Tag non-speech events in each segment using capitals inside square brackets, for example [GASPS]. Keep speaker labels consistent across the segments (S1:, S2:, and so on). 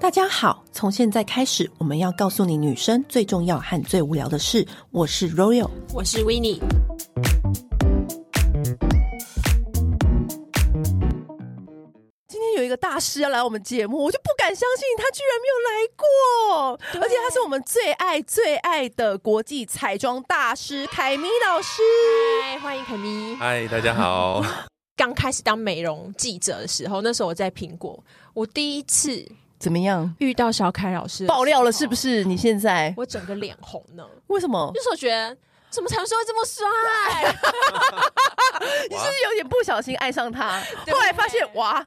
S1: 大家好，从现在开始，我们要告诉你女生最重要和最无聊的事。我是 Royal，
S2: 我是 w i n n i e
S1: 今天有一个大师要来我们节目，我就不敢相信他居然没有来过，而且他是我们最爱最爱的国际彩妆大师凯咪老师。
S2: 嗨，欢迎凯咪。
S3: 嗨，大
S1: [LAUGHS]
S3: 家好。
S2: 刚开始当美容记者的时候，那时候我在苹果，我第一次
S1: 怎么样？
S2: 遇到小凯老师，
S1: 爆料了是不？是？你现在
S2: 我整个脸红呢，
S1: 为什么？
S2: 那时候觉得怎么才说会这么帅？
S1: 你是不是有点不小心爱上他？
S2: [LAUGHS] 对
S1: 后来发现
S2: [LAUGHS]
S1: 哇，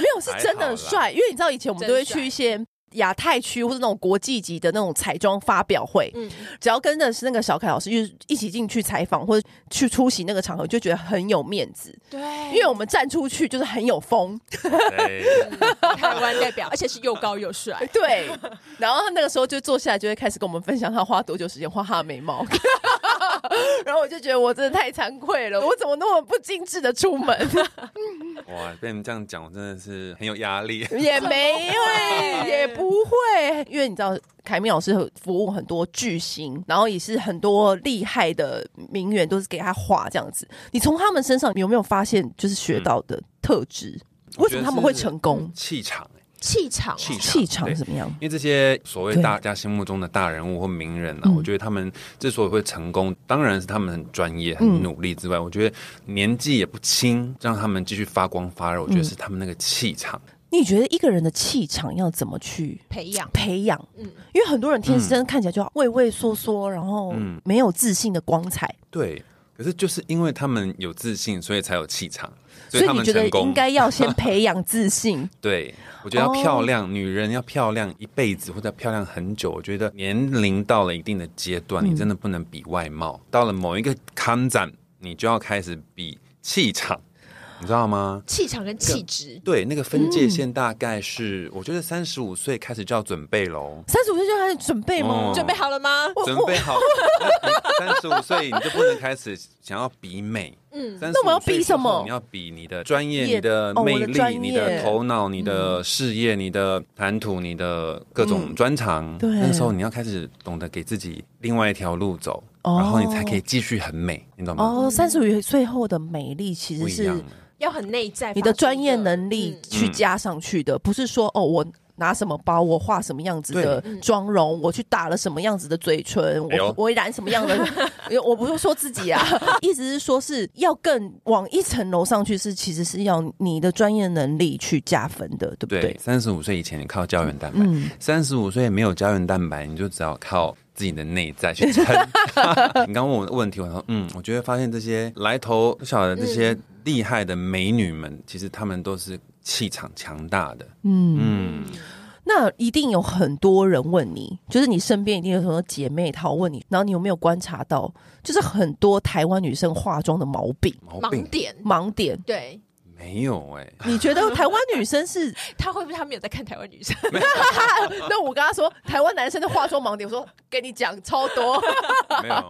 S1: 没有是真的很帅，因为你知道以前我们都会去一些亚太区或者那种国际级的那种彩妆发表会，
S2: 嗯，
S1: 只要跟的是那个小凯老师，就是一起进去采访或者去出席那个场合，就觉得很有面子，
S2: [LAUGHS] 对，
S1: 因为我们站出去就是很有
S2: [LAUGHS]
S1: 风，
S3: 对，
S2: 台湾代表，而且是又高又帅。
S1: 对。然后他那个时候就坐下来，就会开始跟我们分享他花多久时间画他的眉
S2: [LAUGHS]
S1: 毛。然后我就觉得我真的太惭愧了，我怎么那么不精致的出门？
S3: 哇，被你们这样讲，我真的是很有压力。
S1: 也没
S2: 会
S1: 会，也不会，因为你知道，凯米老师服务很多巨星，然后也是很多厉害的名媛，都是给他画这样子。你从他们身上有没有发现，就是学到的特质？
S3: 嗯
S1: 为什么他们会成功？
S3: 气场、欸
S2: 气场哦，
S3: 气场，
S1: 气场
S3: 对
S1: 怎么样？
S3: 因为这些所谓大家心目中的大人物或名人啊，
S1: 嗯
S3: 我觉得他们之所以会成功，当然是他们很专业、
S1: 嗯
S3: 很努力之外，我觉得年纪也不轻，让他们继续发光发热，我觉
S1: 嗯
S3: 得是他们那个气场。
S1: 你觉得一个人的气场要怎么去
S2: 培养，
S1: 培养？
S2: 嗯，
S1: 因为很多人天生看起来就畏畏缩缩，然后
S3: 嗯
S1: 没有自信的光彩，
S3: 对，可是就是因为他们有自信，所以才有气场，
S1: 所以
S3: 他
S1: 你
S3: 们
S1: 觉得
S3: 成功。 [LAUGHS]
S1: 应该要先培养自信。
S3: 对，我觉得要漂亮，女人要漂亮一辈子，或者要漂亮很久。我觉得年龄到了一定的阶段，你真的不能比外貌。到了某一个坎展，你就要开始比气场，你知道吗？
S2: 气场跟气质，
S3: 对，那个分界线大概是，我觉得三十五岁开始就要准备喽。
S1: 三十五岁就开始准备吗
S3: 嗯？
S2: 准备好了吗？
S1: 我
S3: 准
S1: [LAUGHS]
S3: 备好，三十五岁你就不能开始想要比美。嗯，那
S1: 我们要比什么
S3: 你要比你的专业、
S1: 业
S3: 你的
S1: 哦我的
S3: 魅力、
S1: 专业嗯
S3: 你的头脑、你的事业、你的谈吐、你的各种专长。
S1: 对
S3: 那时候你要开始懂得给自己另外一条路走，
S1: 哦
S3: 然后你才可以继续很美，你懂吗？
S1: 哦，三十五岁后的美丽其实
S3: 嗯不一样
S1: 是
S3: 了。
S2: 要很内在，
S1: 你的专业能力
S2: 嗯
S1: 去加上去的，不是说哦我。拿什么包？我画什么样子的妆容？我去打了什么样子的嘴唇？
S3: 哎
S1: 我
S3: 呦
S1: 我染什么样的？ [LAUGHS] 因为我不是说自己啊， [LAUGHS] 意思是说是要更往一层楼上去，是其实是要你的专业能力去加分的，对不对？
S3: 对，嗯三十五岁以前你靠胶原蛋白，三十五岁没有胶原蛋白，你就只好靠自己的内在去 [LAUGHS] 撑。你刚问我的问题，我说嗯，我觉得发现这些来头不小的这些厉害的美女们，其实她们都是气场强大的。嗯
S1: 那一定有很多人问你，就是你身边一定有很多姐妹淘问你，然后你有没有观察到，就是很多台湾女生化妆的毛病、
S3: 毛病
S2: 盲点，
S1: 盲 [LAUGHS] 点？
S2: 对
S3: 没有哎、
S1: 你觉得台湾女生是？
S2: 他会不会他没有在看台湾女生？
S1: [LAUGHS] 那我跟她说，台湾男生的化妆盲点，我说跟你讲超
S3: [LAUGHS]
S1: 多。
S3: 没有，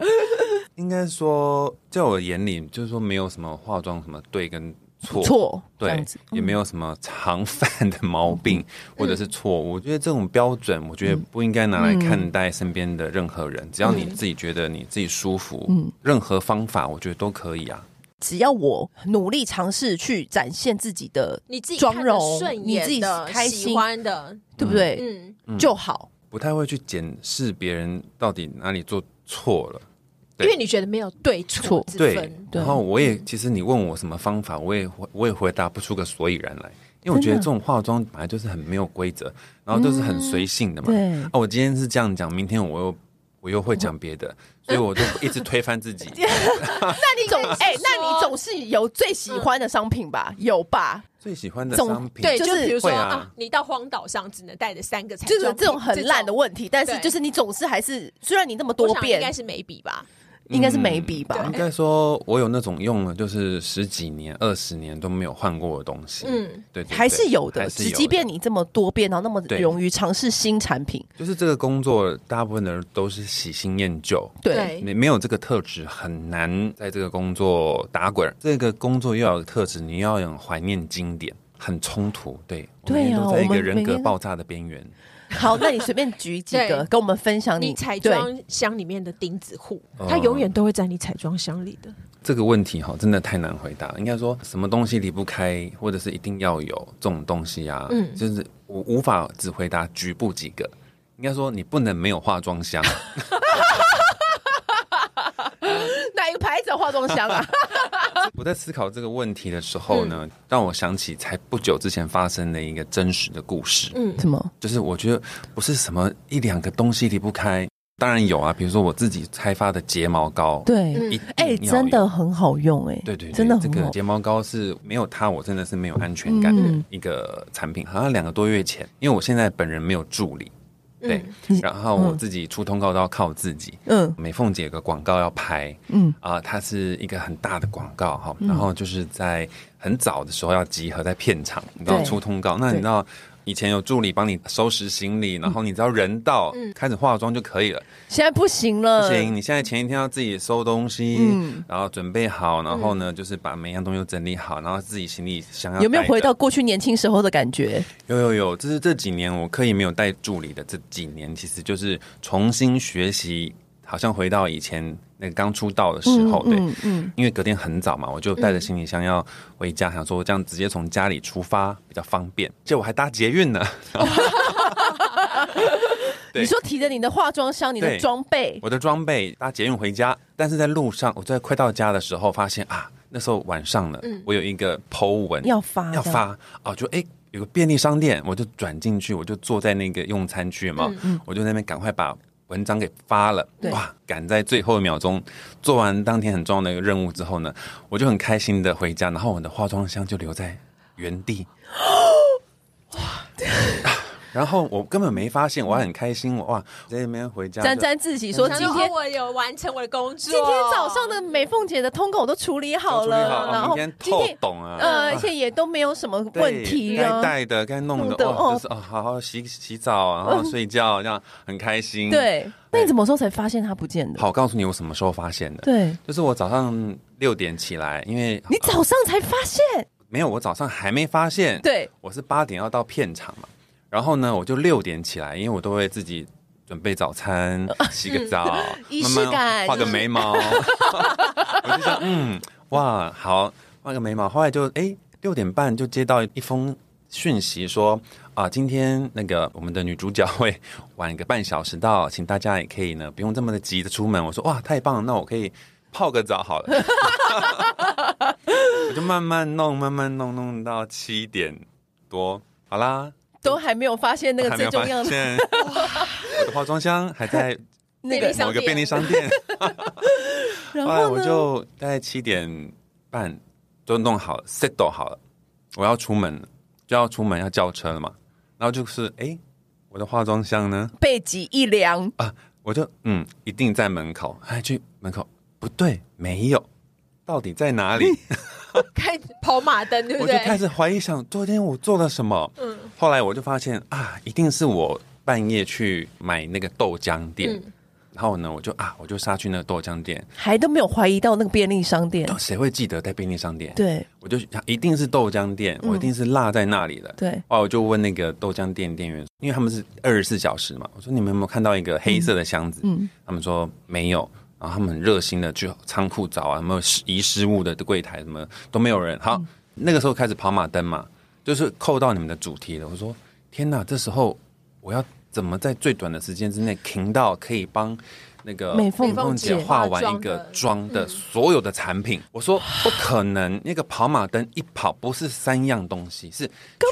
S3: 应该说在我眼里，就是说没有什么化妆什么对跟错。
S1: 错，这
S3: 对
S1: 样子，嗯
S3: 也没有什么常犯的毛病 [LAUGHS] 或者是错误。我觉得这种标准，我觉
S1: 嗯
S3: 得不应该拿来看待身边的任何人。只要你自己觉得你自己舒服，
S1: 嗯
S3: 任何方法我觉得都可以啊。
S1: 只要我努力尝试去展现自己的，
S2: 你自己
S1: 妆
S2: 看得
S1: 容
S2: 顺
S1: 你自己
S2: 眼的，
S1: 开
S2: 喜
S1: 心
S2: 欢的，
S1: 对不对？
S2: 嗯，
S1: 就好。
S3: 不太会去检视别人到底哪里做错了。
S2: 因
S3: 对
S2: 为你觉得没有对错
S1: 错
S2: 之
S3: 对
S2: 分，，
S1: 对嗯
S3: 然后我也其实你问我什么方法，我也回我也回答不出个所以然来，因为我觉得
S1: 真的
S3: 这种化妆本来就是很没有规则，然后都是很随性的嘛。
S1: 嗯对
S3: 啊，我今天是这样讲，明天我又我又会讲
S1: [LAUGHS]
S3: 别的，所以我就一直推翻自己。
S1: 那你总哎、
S2: 说
S1: 那你总是有最喜欢的商品吧？有吧？
S3: 最喜欢的
S1: 总
S3: 商品，
S2: 对，
S1: 就
S2: 就是比如说
S3: 会啊
S2: 啊，你到荒岛上只能带着三个彩
S1: 就
S2: 妆
S1: 是
S2: 品，
S1: 这种很烂的
S2: 我
S1: 问题，但是
S2: 对
S1: 就是你总是还是，虽然你那么多
S2: 想应该
S1: 变，
S2: 是眉笔吧？
S1: 应该是眉笔吧
S2: 嗯？
S3: 应该说，我有那种用了就是十几年、二十年都没有换过的东西。嗯
S2: 嗯，
S3: 对对对
S1: 还是有的，
S3: 还是
S1: 只
S3: 有
S1: 即便你这么多变，然后那么
S3: 对
S1: 勇于尝试新产品，
S3: 就是这个工作，大部分的人都是喜新厌旧。
S1: 对，
S3: 你没有这个特质，很难在这个工作打滚。这个工作又要有特质，你要有怀念经典。很冲突，对，我
S1: 对
S3: 每天
S1: 啊
S3: 都在一
S1: 我
S3: 个
S1: 们每
S3: 人格
S1: 天
S3: 爆炸的边缘。
S1: [LAUGHS] 好，那你随便举几个
S2: 对
S1: 跟我们分享
S2: 你彩妆箱里面的钉子户，它永远都会在你彩妆箱里的。
S3: 这个问题哈，真的太难回答。应该说什么东西离不开，或者是一定要有这种东西啊？嗯，就是我无法只回答局部几个。应该说你不能没有化妆箱， [LAUGHS]
S1: 哪一个牌子的化妆箱啊？
S3: 我在思考这个问题的时候呢，
S1: 嗯
S3: 让我想起才不久之前发生的一个真实的故事。
S2: 嗯，
S1: [LAUGHS] 什么？
S3: 就是我觉得不是什么一两个东西离不开，当然有啊，比如说我自己开发的睫毛膏，
S1: 对，
S3: 一定
S1: 哎、
S3: 要有
S1: 真的很好用哎、
S3: 对对对，
S1: 真的
S3: 这
S1: 很
S3: 个
S1: 好。
S3: 睫毛膏是没有它，我真的是没有安全感
S1: 嗯
S3: 的一个产品。好像两个多月前，因为我现在本人没有助理，对，
S1: 嗯你
S3: 然后我自己出通告都要靠自己。
S1: 嗯
S3: 美凤姐有个广告要拍，
S1: 嗯，
S3: 啊、它是一个很大的广告哈，然后就是在很早的时候要集合在片场，然后出通告。那你知道以前有助理帮你收拾行李，然后你只要人到，
S1: 嗯
S3: 开始化妆就可以了。
S1: 现在不行了，
S3: 不行，你现在前一天要自己收东西，
S1: 嗯
S3: 然后准备好，然后呢，就是把每样东西都整理好，然后自己行李箱要
S1: 有没有
S3: 带着
S1: 回到？过去年轻时候的感觉？
S3: 有有有，这是这几年我刻意没有带助理的这几年，其实就是重新学习，好像回到以前那个刚出道的时候，哦对。
S1: 嗯嗯，
S3: 因为隔天很早嘛，我就带着行李箱要回家，想说这样直接从家里出发比较方便。结果我还搭捷运呢，对
S1: 你说提着你的化妆箱、你的
S3: 对
S1: 装备，
S3: 我的装备搭捷运回家，但是在路上，我在快到家的时候发现啊，那时候晚上了，我有一个 Po 文
S1: 嗯要发
S3: 要
S1: 这
S3: 发哦，就哎。诶有个便利商店，我就转进去，我就坐在那个用餐区嘛，我就在那边赶快把文章给发了。
S1: 嗯对
S3: 哇，赶在最后一秒钟做完当天很重要的一个任务之后呢，我就很开心的回家，然后我的化妆箱就留在原地。 [GASPS] [LAUGHS] 然后我根本没发现，我还很开心，我哇，在那边回家就
S1: 沾沾自喜说
S2: 想
S1: 今
S2: 说
S1: 天
S2: 哦我有完成我的工
S1: 今
S2: 作。
S1: 天早上的美凤姐的通稿都处理好了，然后
S3: 哦明天
S1: 今
S3: 透
S1: 天
S3: 懂啊，
S1: 呃，而且也都没有什么
S3: 对
S1: 问题
S3: 该
S1: 啊。
S3: 带的、该弄
S1: 弄
S3: 的，
S1: 的
S3: 哦，
S1: 哦
S3: 就是哦，好好洗
S1: [LAUGHS]
S3: 洗澡，然后睡觉，这样很开心。，
S1: 对，那你怎么时候才发现它不见的？
S3: 好，我告诉你我什么时候发现的，
S1: 对
S3: 就是我早上六点起来，因为呃
S1: 你早上才发现，
S3: 没有，我早上还没发现，，
S1: 对，
S3: 我是八点要到片场嘛，然后呢，我就六点起来，因为我都会自己。准备早餐，洗个澡，
S1: 呃嗯仪
S3: 慢
S1: 式
S3: 慢
S1: 感
S3: 画个
S1: [LAUGHS]
S3: 眉毛。我就想，嗯，哇，好，画个眉毛。后来就哎，六、点半就接到一封讯息说，啊，今天那个我们的女主角会晚一个半小时到，请大家也可以呢，不用这么的急着出门。我说哇，太棒了，那我可以泡个澡好了。 [LAUGHS] 我就慢慢弄，慢慢弄，弄到七点多，好啦，
S1: 都还没有发现那
S3: 还
S1: 个
S3: 没
S1: 最重
S3: 有发
S1: 要的 [LAUGHS]
S3: 现，我的化妆箱还在
S1: 那
S2: 便
S1: 个
S2: 利，商
S3: 某个
S2: 店
S3: 便利商店。
S1: [LAUGHS] 然
S3: 后来
S1: 后
S3: 哎我
S1: 呢？
S3: 就大概七点半都弄好了，settle 好了，我要出门了，就要出门要叫车了嘛。然后就是哎、诶我的化妆箱呢？
S1: 背脊一凉，
S3: 我就嗯，一定在门口。哎，去门口不对，没有，到底在哪里？
S2: 开跑马灯，对不
S3: 我就
S2: 对？
S3: 开始怀疑想，昨天我做了什么？嗯，后来我就发现啊，一定是我半夜去买那个豆浆店，
S2: 嗯
S3: 然后呢，我就啊，我就杀去那个豆浆店。
S1: 还都没有怀疑到那个便利商店。
S3: 谁会记得在便利商店？
S1: 对，
S3: 我就想一定是豆浆店，我一定是落在那里了。
S1: 对
S3: 哦，我就问那个豆浆店店员，因为他们是二十四小时嘛，我说你们有没有看到一个黑色的箱子？他们说没有。然后他们很热心的去仓库找啊，有没有遗失物的柜台什么都没有人。好，那个时候开始跑马灯嘛，就是扣到你们的主题了。我说天哪，这时候我要怎么在最短的时间之内停到可以帮那个
S1: 美凤
S3: 姐
S1: 姐
S3: 画完一个
S2: 化妆的
S3: 装的所有的产品，我说不可能，那个跑马灯一跑不是三样东西，是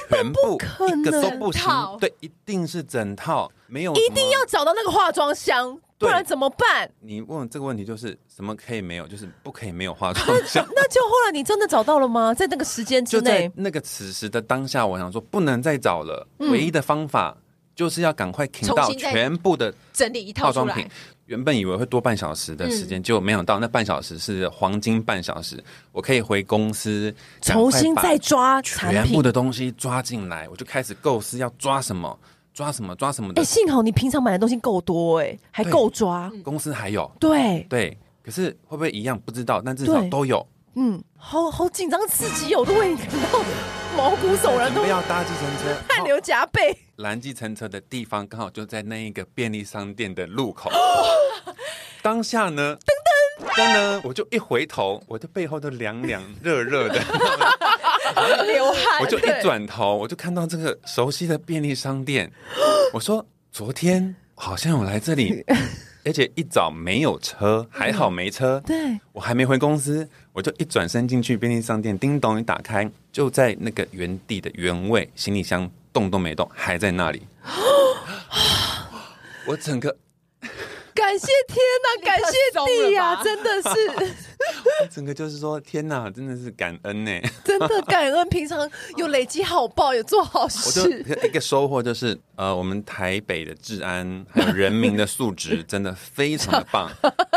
S3: 全部
S1: 可能
S3: 一个都不
S2: 整
S3: 行
S2: 套，
S3: 对，一定是整套，没有
S1: 一
S3: 什么
S1: 定要。找到那个化妆箱，不
S3: 对
S1: 然怎么
S3: [LAUGHS]
S1: 办？
S3: 你问我这个问题就是什么可以没有，就是不可以没有化妆箱
S1: [LAUGHS] 。那就后来你真的找到了吗？在那个时间之
S3: 就在
S1: 内，
S3: 那个此时的当下，我想说不能再找了，唯一的方法就是要赶快停
S2: 重
S3: 到
S2: 新再
S3: 全部的
S2: 整理一套
S3: 化
S2: 出
S3: 妆
S2: 来
S3: 品，。原本以为会多半小时的
S1: 嗯
S3: 时间，结果没想到那半小时是黄金半小时，我可以回公司赶快
S1: 重
S3: 把
S1: 新再抓产
S3: 全
S1: 品
S3: 部。的东西抓进来，我就开始构思要抓什么，抓什么，抓什么
S1: 哎、
S3: 的。
S1: 幸好你平常买的东西够多、哎，还
S3: 对
S1: 够抓。
S3: 公司还有
S1: 对，
S3: 对，可是会不会一样不知道，但至少
S1: 对
S3: 都有。
S1: 嗯，好好紧张刺激哦，我都为你感到毛骨悚然
S3: 准
S1: 都
S3: 备要搭计程车，
S1: [LAUGHS] 汗流浃背。
S3: 拦计程车的地方刚好就在那一个便利商店的
S1: [LAUGHS]
S3: 路口。当下呢，噔噔噔呢，我就一回头，我的背后都凉凉热热的，
S2: 流汗
S3: [LAUGHS] 我就
S1: 对
S3: 一转头，我就看到这个熟悉的便利商
S1: [GASPS]
S3: 店，我说昨天好像我来
S1: [LAUGHS]
S3: 这里，而且一早没有车，还好没车，
S1: 嗯对，
S3: 我还没回公司，我就一转身进去便利商店，叮咚一打开，就在那个原地的原位，行李箱动都没动，还在那
S1: [GASPS]
S3: 里。我整个
S1: 感谢天
S2: [LAUGHS]
S1: 呐，感谢地呀、
S2: 松了吧
S1: 真的是， [LAUGHS]
S3: 整个就是说，天哪，真的是感恩呢！
S1: 真的感恩。平常有累积好报，有做好
S3: 我就
S1: 事，
S3: 一个收获就是，呃，我们台北的治安还有人民的素质真的非常的棒，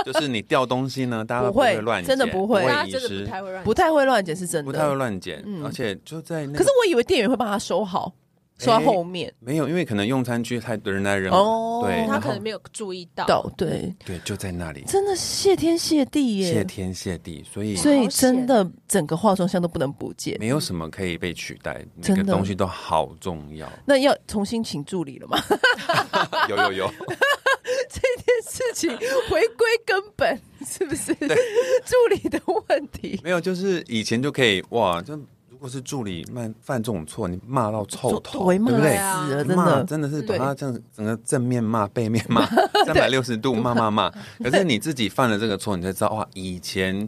S3: 就是你掉东西呢，大家
S1: 不
S3: 不
S1: 会
S3: 会乱捡，
S1: 真的不会
S2: 大家
S3: 遗
S2: 真的
S3: 失
S2: 不，太会乱，
S1: 不太会乱捡是真
S3: 不太会
S1: 的。
S3: 乱捡，而且就在那
S1: 可
S3: 个
S1: 是我以为店员会帮他收好，收在后面。
S3: 没有，因为可能用餐区太多人来人
S1: 哦
S3: 往，对，
S2: 他
S3: 然
S2: 可
S3: 后
S2: 能没有注意到。
S1: 到对，
S3: 对，就在那里，
S1: 真的是谢天谢地耶！
S3: 谢天谢地，所以
S1: 所以真的整个化妆箱都不能不见。
S3: 没有什么可以被取代，每
S1: 真的
S3: 个东西都好重要。
S1: 那要重新请助理了吗？ [LAUGHS]
S3: 有有有，
S1: 这件事情回归根本，是不是助理的问题？
S3: 没有就是以前就可以哇，就如果是助理犯犯这种错，你骂到臭头，
S1: 回
S3: 对
S1: 骂
S3: 不对？
S2: 啊
S1: 死了，真
S3: 骂
S1: 的
S3: 真的是把
S1: 对
S3: 他这样整个正面骂、背面骂，三百六十度骂骂
S1: [LAUGHS]
S3: 骂。可是你自己犯了这个错，你才知道哇，以前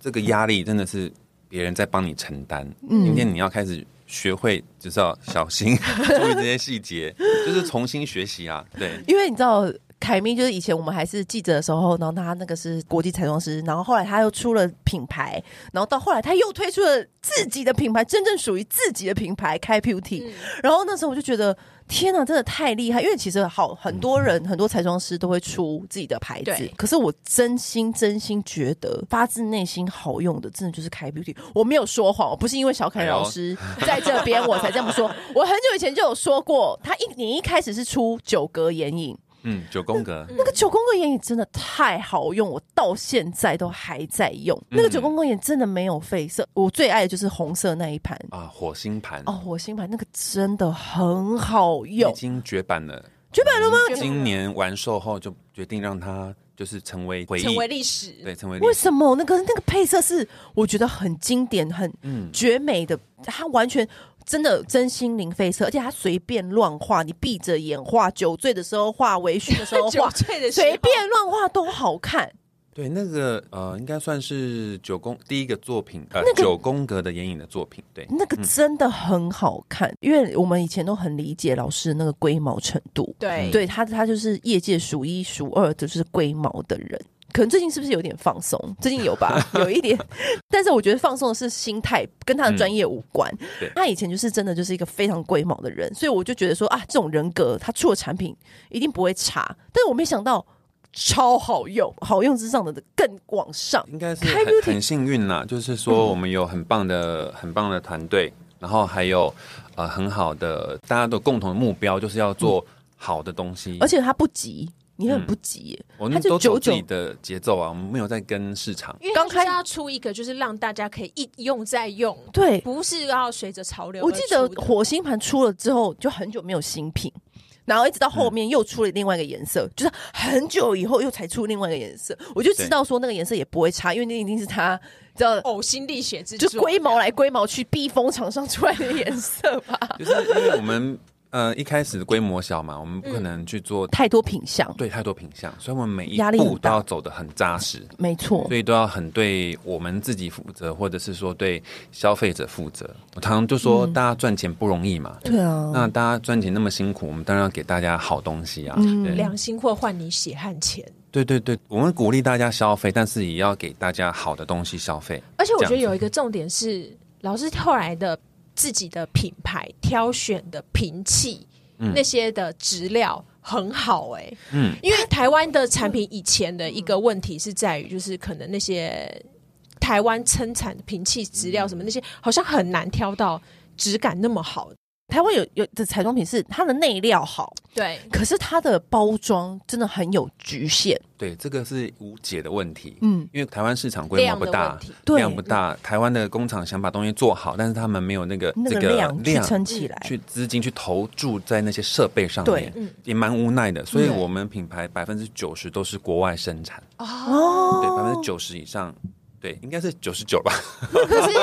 S3: 这个压力真的是别人在帮你承担。
S1: 嗯
S3: 今天你要开始学会，就是要小心 [LAUGHS] 注意这些细节，就是重新学习啊。对，
S1: 因为你知道。凯咪就是以前我们还是记者的时候，然后他那个是国际彩妆师，然后后来他又出了品牌，然后到后来他又推出了自己的品牌，真正属于自己的品牌开 Beauty，、然后那时候我就觉得天哪，真的太厉害！因为其实好很多人很多彩妆师都会出自己的牌子
S2: 对，
S1: 可是我真心真心觉得发自内心好用的，真的就是开 Beauty。我没有说谎，我不是因为小凯老师在这边我才这么说，我很久以前就有说过，他一你一开始是出九格眼影。
S3: 嗯，九宫格，
S1: 那个九宫格眼影真的太好用，我到现在都还在用。那个九宫格眼真的没有废色，我最爱的就是红色那一盘
S3: 啊，火星盘
S1: 哦，火星盘那个真的很好
S3: 已
S1: 用，
S3: 经绝版了，嗯
S1: 绝版了吗？
S3: 今年完售后就决定让它就是成为回忆，
S2: 成为历史，
S3: 对，成为历
S1: 为
S3: 史。
S1: 什么那个那个配色是我觉得很经典、很
S3: 嗯
S1: 绝美的？它完全真的真心零废色，而且它随便乱画，你闭着眼画，酒醉的时候画，微醺的时
S2: [LAUGHS]
S1: 候
S2: 酒
S1: 画，
S2: 醉的时候
S1: 随便乱画都好看。
S3: 对，那个呃，应该算是九宫第一个作品，呃，
S1: 那个
S3: 九宫格的眼影的作品。对，
S1: 那个真的很好看，因为我们以前都很理解老师的那个龟毛程度，
S2: 对
S1: 对他他就是业界数一数二就是龟毛的人。可能最近是不是有点放松？最近有吧，有一点。但是我觉得放松的是心态，跟他的专业无关。
S3: 对
S1: 他以前就是真的就是一个非常龟毛的人，所以我就觉得说啊，这种人格他出的产品一定不会差。但是我没想到超好用，好用之上的更往上。
S3: 应该是
S1: 开 beauty
S3: 很很幸运啦，就是说我们有很棒的、很棒的团队，然后还有呃很好的大家的共同的目标，就是要做好的东西。
S1: 嗯而且他不急，你很不急耶，
S3: 嗯我
S1: 他
S3: 们
S1: 就
S3: 都走
S1: 久
S3: 自
S1: 久
S3: 己的节奏啊，我们没有在跟市场。，
S2: 因为
S1: 刚
S2: 刚
S1: 开
S2: 开要出一个就是让大家可以一用再用，
S1: 对，
S2: 不是要随着潮流而
S1: 我
S2: 出
S1: 记
S2: 的。
S1: 得火星盘出了之后，就很久没有新品，然后一直到后面又出了另外一个颜色，就是很久以后又才出另外一个颜色，我就知道说那个颜色也不会差，因为那一定是他知道
S2: 呕心沥血之
S1: 就
S2: 作，
S1: 龟毛来龟毛去逼疯厂商出来的颜色吧
S3: [LAUGHS] 就是因为我们呃一开始规模小嘛，我们不
S1: 嗯
S3: 可能去做
S1: 太多品相，
S3: 对太多品相，所以我们每一
S1: 压力很
S3: 步都
S1: 大
S3: 要走得很扎实。
S1: 没错
S3: 所，以都要很对我们自己负责，或者是说对消费者负责。我常常就说，大家赚钱不容易嘛，
S1: 嗯对啊，
S3: 那大家赚钱那么辛苦，我们当然要给大家好东西啊。
S1: 嗯
S3: 对
S2: 良心会换你血汗钱。
S3: 对对对，我们鼓励大家消费，但是也要给大家好的东西消费。
S2: 而且我觉得
S3: 这样
S2: 有一个重点是，老师后来的自己的品牌挑选的瓶器、那些的质料很好哎、
S3: 嗯
S2: 嗯，因为台湾的产品以前的一个问题是在于，就是可能那些
S3: 嗯
S2: 台湾生产的瓶器质料什么那些，好像很难挑到质感那么好的
S1: 台湾有有的彩妆品是它的内料好，
S2: 对，
S1: 可是它的包装真的很有局限。
S3: 对，这个是无解的问题。
S1: 嗯，
S3: 因为台湾市场规模不
S2: 量的
S3: 大
S2: 问题，
S1: 对
S3: 量不大，台湾的工厂想把东西做好，但是他们没有那个
S1: 那
S3: 这
S1: 个
S3: 个
S1: 量去撑起来，
S3: 去资金去投注在那些设备上
S1: 对嗯
S3: 面
S2: 嗯，
S3: 也蛮无奈的。所以
S1: 对
S3: 我们品牌百分之九十都是国外生产，
S2: 哦，
S3: 对，
S1: 哦
S3: 百分之九十以上，对，应该是九十九吧，
S2: 可是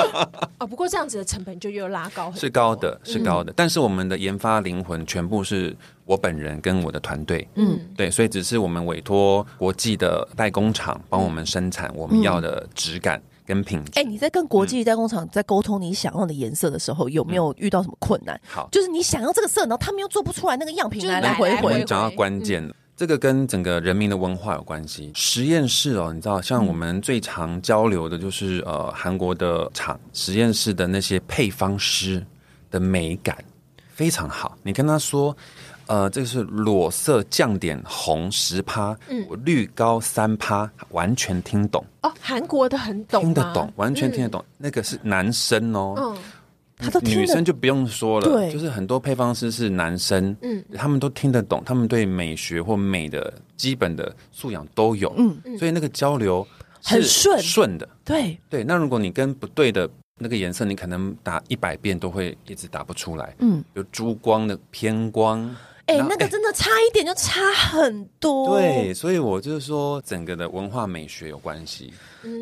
S2: 哦，不过这样子的成本就又拉高很多，
S3: 是高的，是
S1: 嗯
S3: 高的。但是我们的研发灵魂全部是我本人跟我的团队，
S2: 嗯，
S3: 对，所以只是我们委托国际的代工厂帮我们生产我们要的质感跟品质。
S1: 哎、你在跟
S3: 嗯
S1: 国际代工厂在沟通你想要的颜色的时候，有没有遇到什么困难？
S3: 好，
S1: 就是你想要这个色，然后他们又做不出来那个样品，
S2: 就是
S1: 哎来
S2: 来
S1: 来回
S2: 来
S3: 我
S1: 回
S2: 回
S3: 们讲到关键了。这个跟整个人民的文化有关系。实验室哦，你知道，像我们最常交流的就是呃韩国的厂实验室的那些配方师的美感非常好。你跟他说，呃，这个是裸色降点红十趴，我绿高三趴，完全听懂，
S2: 哦，韩国的很懂，
S3: 听得懂，，完全听得懂。那个是男生哦，
S2: 嗯，
S1: 他都听
S3: 女
S1: 得
S3: 生就不用说了，
S1: 对
S3: 就是很多配方师是男生，嗯，他们都听得懂，他们对美学或美的基本的素养都有，嗯，所以那个交流是
S1: 很顺
S3: 顺的，
S1: 对，
S3: 对。那如果你跟不对的那个颜色，你可能打一百遍都会一直打不出来，
S1: 嗯，
S3: 有珠光的偏光，
S1: 哎、
S3: 然后
S1: 那个真的差一点就差很多。
S3: 对，，所以我就是说整个的文化美学有关系，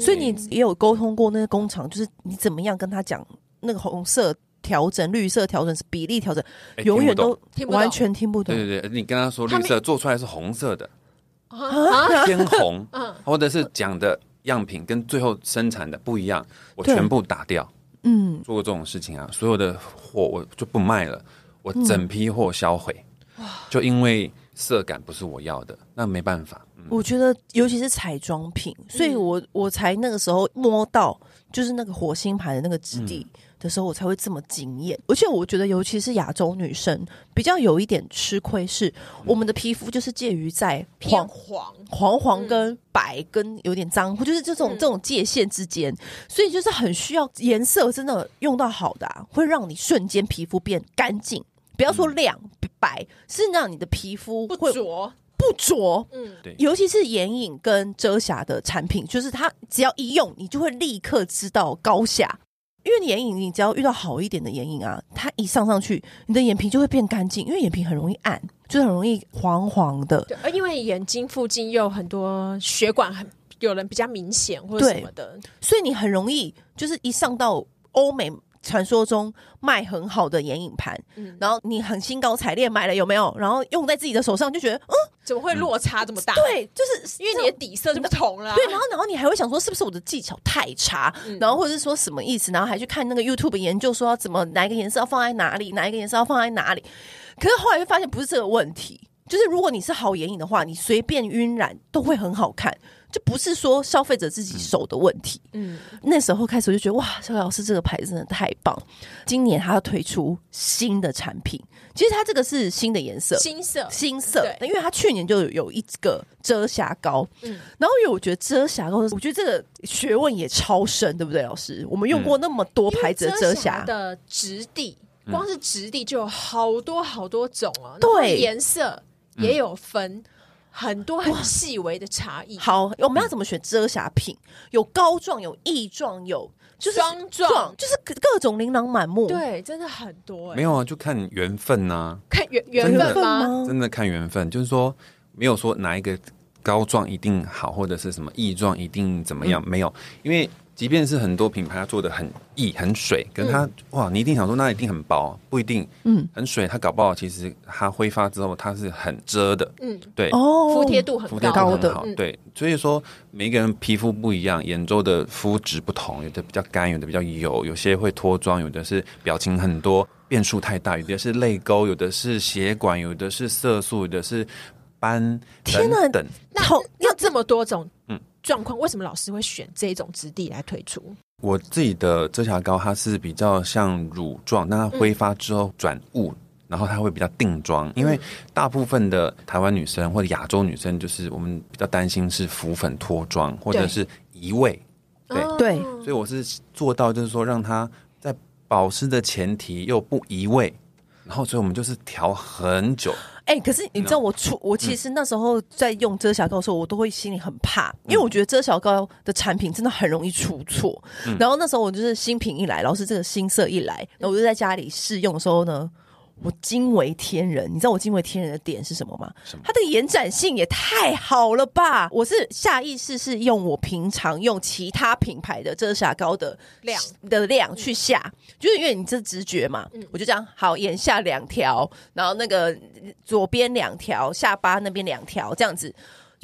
S1: 所以你也有沟通过那个工厂，就是你怎么样跟他讲那个红色调整、绿色调整、比例调整，
S3: 哎
S1: 永远都
S2: 听不懂
S1: 完全听不懂
S3: 对。对对，你跟他说
S2: 他
S3: 绿
S2: 们
S3: 色做出来是红色的，
S2: 啊，
S3: [LAUGHS] 偏红，或者是讲的样品跟最后生产的不一样，我
S1: 对
S3: 全部打掉。
S1: 嗯，
S3: 做过这种事情啊，所有的货我就不卖了，我整批货销毁，就因为色感不是我要的，那没办法。嗯
S1: 我觉得尤其是彩妆品，所以我我才那个时候摸到就是那个火星盘的那个质地的时候，我才会这么惊艳。而且我觉得，尤其是亚洲女生比较有一点吃亏是，我们的皮肤就是介于在
S2: 偏
S1: 黄
S2: 黄，
S1: 黄黄跟白跟有点脏，或就是这种、
S2: 嗯
S1: 这种界限之间，所以就是很需要颜色真的用到好的、啊，会让你瞬间皮肤变干净。不要说亮、白，是让你的皮肤
S2: 不
S1: 会
S2: 浊，
S1: 不浊，
S2: 嗯，
S3: 对
S1: 尤其是眼影跟遮瑕的产品，就是它只要一用，你就会立刻知道高下。因为你眼影，你只要遇到好一点的眼影啊，它一上上去，你的眼皮就会变干净，因为眼皮很容易暗，就是很容易黄黄的。
S2: 对，而因为眼睛附近又有很多血管很。有人比较明显或者什么的，
S1: 所以你很容易就是一上到欧美传说中卖很好的眼影盘，
S2: 嗯
S1: 然后你很兴高采烈买了有没有？然后用在自己的手上就觉得，嗯，
S2: 怎么会落差这么大？，
S1: 对，就是
S2: 因为
S1: 这
S2: 你
S1: 种
S2: 的底色就不同了啊。嗯
S1: 对，然后然后你还会想说，是不是我的技巧太差？然后或者是说什么意思？然后还去看那个 YouTube 研究，说要怎么哪一个颜色要放在哪
S2: [LAUGHS]
S1: 里，哪一个颜色要放在哪里。可是后来就发现不是这个问题，就是如果你是好眼影的话，你随便晕染都会很好看，就不是说消费者自己手的问题。
S2: 嗯，
S1: 那时候开始我就觉得哇，小老师这个牌子真的太棒！今年它要推出新的产品，其实它这个是新的颜色，
S2: 金色
S1: 新色，
S2: 对
S1: 因为它去年就有一个遮瑕膏，
S2: 嗯
S1: 然后因为我觉得遮瑕膏，我觉得这个学问也超深，对不对，老师？我们用过那么多牌子的遮瑕，
S2: 的质地，
S3: 嗯
S2: 光是质地就有好多好多种哦、
S1: 对嗯
S2: 然后颜色也有分，很多很细微的差异。
S1: 好，我们要怎么选遮瑕品？有膏状，有液状，有就是
S2: 霜状
S1: 就是各各种琳琅满目，，
S2: 对，真的很多、欸。
S3: 没有啊，就看缘分啊呐、
S2: 看缘缘分吗？？
S3: 真的看缘分，就是说没有说哪一个膏状一定好，或者是什么异状一定怎么
S1: 嗯
S3: 样，没有，因为即便是很多品牌它做的很异很水，可是它、哇，你一定想说那一定很薄，不一定，
S1: 嗯，
S3: 很水，它搞不好其实它挥发之后它是很遮的，
S2: 嗯，
S3: 对，
S1: 哦，
S2: 服帖度很
S3: 服帖度
S2: 高。
S1: 高
S3: 很
S1: 的
S3: 好
S2: 嗯，
S3: 对，所以说每一个人皮肤不一样，眼周的肤质不同，有的比较干，有的比较油，有些会脱妆，有的是表情很多，变数太大，有的是泪沟，有的是血管，有的是色素，有的是斑
S1: 天哪
S3: 等等。
S2: 那
S1: 好
S2: 那这么多种
S3: 嗯
S2: 状况，为什么老师会选这种质地来推出？
S3: 我自己的遮瑕膏，它是比较像乳状，但它挥发之后转雾。然后它会比较定妆，因为大部分的台湾女生或者亚洲女生，就是我们比较担心是浮粉脱妆或者
S2: 对
S3: 是移位，对
S2: 哦
S1: 对
S3: 所以我是做到就是说让它在保湿的前提又不移位，然后所以我们就是调很久，
S1: 哎、可是你知道我出我其实那时候在用遮瑕膏的时候，我都会心里很怕，因为我觉得遮瑕膏的产品真的很容易出错。然后那时候我就是新品一来，老师这个新色一来，然后我就在家里试用的时候呢。我惊为天人，你知道我惊为天人的点是什么吗？它的延展性也太好了吧！我是下意识是用我平常用其他品牌的遮瑕膏的
S2: 量
S1: 的量去下，就是因为你这直觉嘛，我就这样好眼下两条，然后那个左边两条，下巴那边两条，这样子。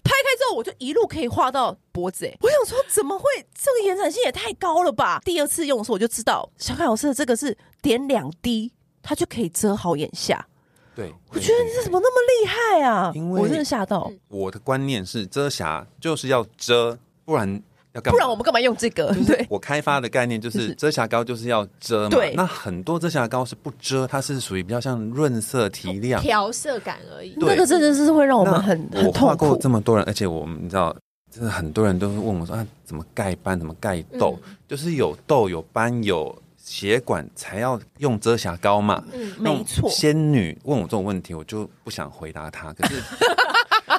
S1: 拍开之后，我就一路可以画到脖子、欸。我想说，怎么会这个延展性也太高了吧？第二次用的时候，我就知道小凯老师的这个是点两滴，它就可以遮好眼下。
S3: 对，
S1: 我觉得你怎么那么厉害啊！
S3: 因为嗯
S1: 我真的吓到，
S3: 我的观念是遮瑕就是要遮，不然要干嘛？
S1: 不然我们干嘛用这个？对，
S3: 我开发的概念就
S1: 就是
S3: 是遮瑕膏就是要遮嘛，
S1: 对
S3: 那很多遮瑕膏是不遮，它是属于比较像润色提亮。
S2: 调色感而已。
S3: 对
S1: 那个真的是会让我们哦很
S3: 那我
S1: 很
S3: 画
S1: 痛
S3: 过
S1: 苦。
S3: 这么多人，而且我们你知道，真的很多人都会问我说啊，怎么盖斑，怎么盖痘？
S1: 嗯
S3: 就是有痘、有斑、有血管才要用遮瑕膏嘛。
S2: 嗯
S3: 那种
S1: 没错
S3: 仙女问我这种问题，我就不想回答她。可
S1: [LAUGHS]
S3: 是，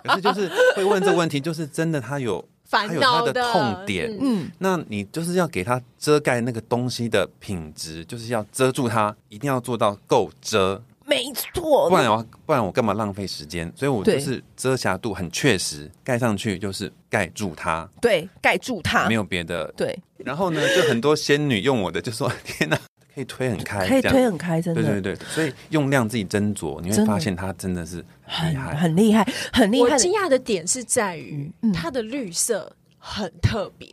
S3: 可是就是会问这个问题，就是真的她有
S2: 烦
S3: 她
S2: 恼
S3: 有她的痛点。
S2: 嗯
S1: 嗯，
S3: 那你就是要给它遮盖那个东西的品质，就是要遮住它，一定要做到够遮，
S1: 没错
S3: 不。然我不然我干嘛浪费时间？所以我就
S1: 对
S3: 是遮瑕度很确实，盖上去就是盖住它，
S1: 对，盖住它
S3: 没。有别的。
S1: 啊对，
S3: 然后呢，就很多仙女用我的就说：“ [LAUGHS] 天哪，可以推很开，
S1: 可以
S3: 这样
S1: 推很开，真的。
S3: 对对对，所以用量自己斟酌，你
S1: 真
S3: 会
S1: 的
S3: 发现它真的是
S1: 很
S3: 很厉害。
S1: 很厉害，很厉
S2: 我
S1: 害的。
S2: 惊讶的点是在于
S1: 嗯
S2: 它的绿色很特别，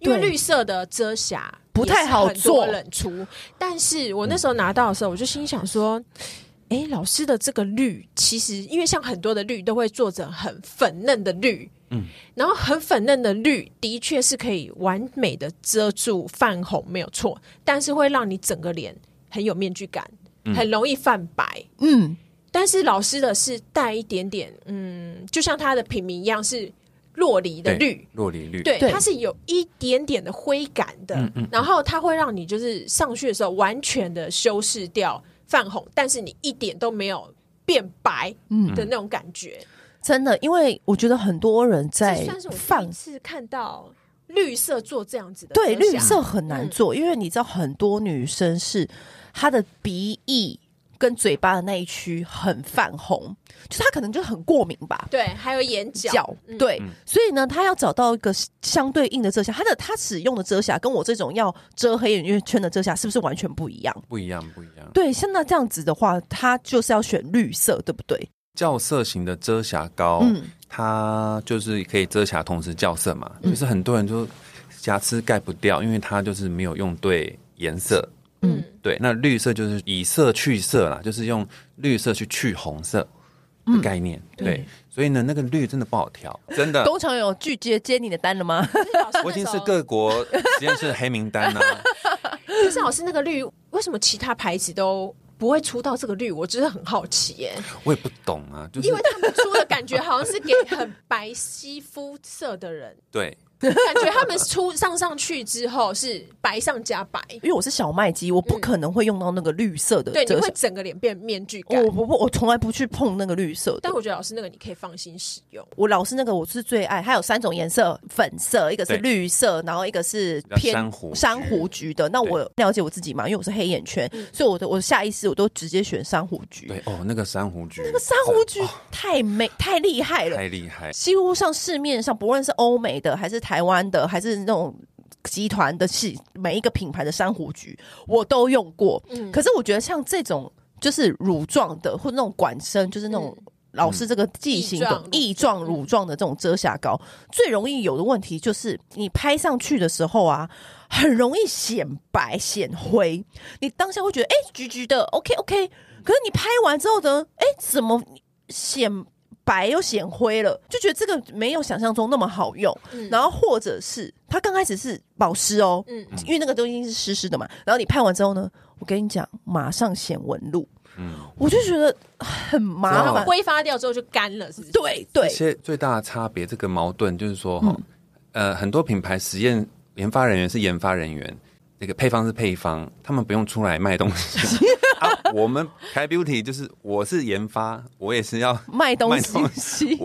S2: 因为
S1: 对
S2: 绿色的遮瑕
S1: 不太好
S2: 也是很多
S1: 做
S2: 人出。但是我那时候拿到的时候，我就心想说。哎，老师的这个绿，其实因为像很多的绿都会做成很粉嫩的绿，嗯，然后很粉嫩的绿的确是可以完美的遮住泛红，没有错，但是会让你整个脸很有面具感，很容易泛白，
S1: 嗯，
S2: 但是老师的是带一点点，嗯，就像他的品名一样是洛梨的
S3: 对
S2: 绿，
S3: 洛里绿，
S2: 对，
S1: 对
S2: 它是有一点点的灰感
S3: 嗯
S2: 的，然后它会让你就是上去的时候完全的修饰掉泛红，但是你一点都没有变白
S1: 嗯
S2: 的那种感觉。
S1: 真的，因为我觉得很多人在
S2: 这算是我
S1: 放
S2: 第一次看到绿色做这样子的
S1: 对，
S2: 遮瑕
S1: 绿色很难做，因为你知道很多女生是她的鼻翼跟嘴巴的那一区很泛红，就是她可能就很过敏吧。
S2: 对，还有眼角，
S1: 角
S2: 嗯
S1: 对，所以呢，她要找到一个相对应的遮瑕，她的她使用的遮瑕跟我这种要遮黑眼圈的遮瑕是不是完全不一样？
S3: 不一样不一样。
S1: 对，像那这样子的话，她就是要选绿色，对不对？
S3: 校色型的遮瑕膏，
S1: 嗯
S3: 它就是可以遮瑕，同时校色嘛。就是很多人就瑕疵盖不掉，因为它就是没有用对颜色。
S2: 嗯，
S3: 对，那绿色就是以色去色啦，就是用绿色去去红色的概念。对，所以呢，那个绿真的不好调，真的。
S1: 工厂有拒接接你的单了吗？
S2: 可是老师
S3: 我已经
S2: 那
S3: 是
S2: 时候
S3: 各国实验室的黑名单啊啦、
S2: 可是老师那个绿，为什么其他牌子都不会出到这个绿？我真的很好奇耶、
S3: 我也不懂啊，就是
S2: 因为他们出的感觉好像是给很白皙肤色的人，
S3: 对，
S2: 感觉他们出上上去之后是白上加白，
S1: [LAUGHS] 因为我是小麦肌，我不可能会用到那个绿色的
S2: 对，你
S1: 遮瑕
S2: 会。整个脸变面具感。
S1: 我不不，我从来不去碰那个绿色的
S2: 但。我觉得老师那个你可以放心使用，
S1: 我老师那个我是最爱，它有三种颜色，粉色，一个是
S3: 对
S1: 绿色，然后一个是偏
S3: 珊瑚
S1: 珊瑚橘的。那我了解我自己嘛，因为我是黑眼圈，所以我的我下意识我都直接选珊瑚橘。
S3: 嗯对哦，那个珊瑚菊，那
S1: 那个珊瑚橘太美、太厉害了，
S3: 太厉害，
S1: 几乎上市面上，不论是欧美的还是台湾的，还是那种。集团的系每一个品牌的珊瑚橘我都用过，
S3: 嗯
S1: 可是我觉得像这种就是乳状的或者那种管身，就是那种老
S3: 嗯
S1: 师这个剂型的
S2: 嗯
S1: 异状乳状的这种遮瑕膏，最容易有的问题就是你拍上去的时候啊，很容易显白显灰，你当下会觉得哎、橘橘的 OK OK，可是你拍完之后呢，哎、怎么显白又显灰了，就觉得这个没有想象中那么好用。然后或者是它刚开始是保湿哦，
S2: 嗯
S1: 因为那个东西是湿湿的嘛。然后你拍完之后呢，我跟你讲，马上显纹路，我就觉得很麻
S3: 嗯然
S1: 烦
S3: 后。
S2: 挥发掉之后就干了，是不是？
S1: 对对
S3: 而，且最大的差别，这个矛盾就是说哈，呃，很多品牌实验研发人员是研发人员，这个配方是配方，他们不用出来卖东西，啊，我们开 Beauty 就是我是研发，我也是要
S1: 卖东西
S3: 卖东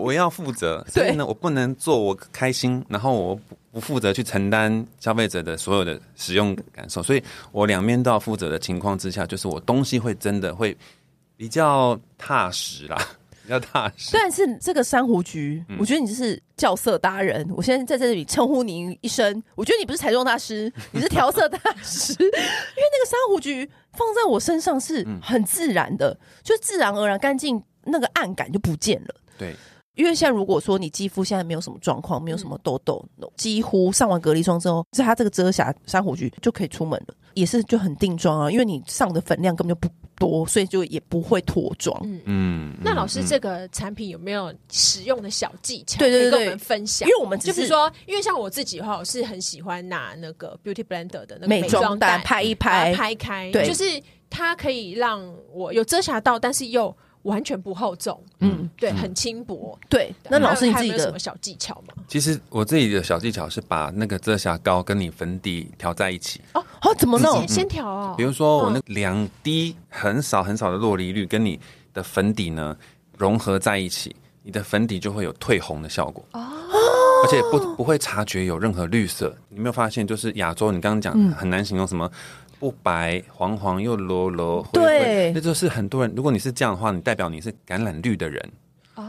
S1: [LAUGHS]
S3: 我要负责，所以呢，我不能做我开心，然后我不不负责去承担消费者的所有的使用感受，所以我两面都要负责的情况之下，就是我东西会真的会比较踏实啦，比较踏实。
S1: 但是这个珊瑚局，
S3: 嗯
S1: 我觉得你就是校色达人。我现在在这里称呼你一声，我觉得你不是彩妆大
S3: [LAUGHS]
S1: 师，你是调色大师，因为那个珊瑚局放在我身上是
S3: 嗯
S1: 很自然的，就自然而然干净，那个暗感就不见了。
S3: 对，
S1: 因为现在如果说你肌肤现在没有什么状况，没有什么痘痘，几乎上完隔离霜之后，是它这个遮瑕珊瑚菊就可以出门了，也是就很定妆啊，因为你上的粉量根本就不多，所以就也不会脱妆。
S3: 嗯，
S2: 那老师
S3: 嗯
S2: 这个产品有没有使用的小技巧？
S1: 对对对
S2: 可以跟我们分享。
S1: 因为我们只
S2: 就是比如说，因为像我自己的话，我是很喜欢拿那个 Beauty Blender 的那个
S1: 美
S2: 妆
S1: 妆蛋拍一
S2: 把
S1: 拍
S2: 它，拍开，
S1: 对
S2: 就是它可以让我有遮瑕到，但是又完全不厚重，
S1: 嗯，
S2: 对，很轻薄。
S1: 对。那老师你
S2: 还
S1: 自己
S2: 有没有什
S1: 的
S2: 么小技巧吗？
S3: 其实我自己的小技巧是把那个遮瑕膏跟你粉底调在一起，
S1: 啊，怎么弄
S2: 先？先调哦，
S3: 比如说我那两滴很少很少的洛梨绿跟你的粉底呢融合在一起，你的粉底就会有褪红的效果哦，而且不不会察觉有任何绿色。你有没有发现，就是亚洲你刚刚讲很难形容什么。不白黄黄又裸裸，灰灰
S1: 对
S3: 那就是很多人。如果你是这样的话，你代表你是橄榄绿的人，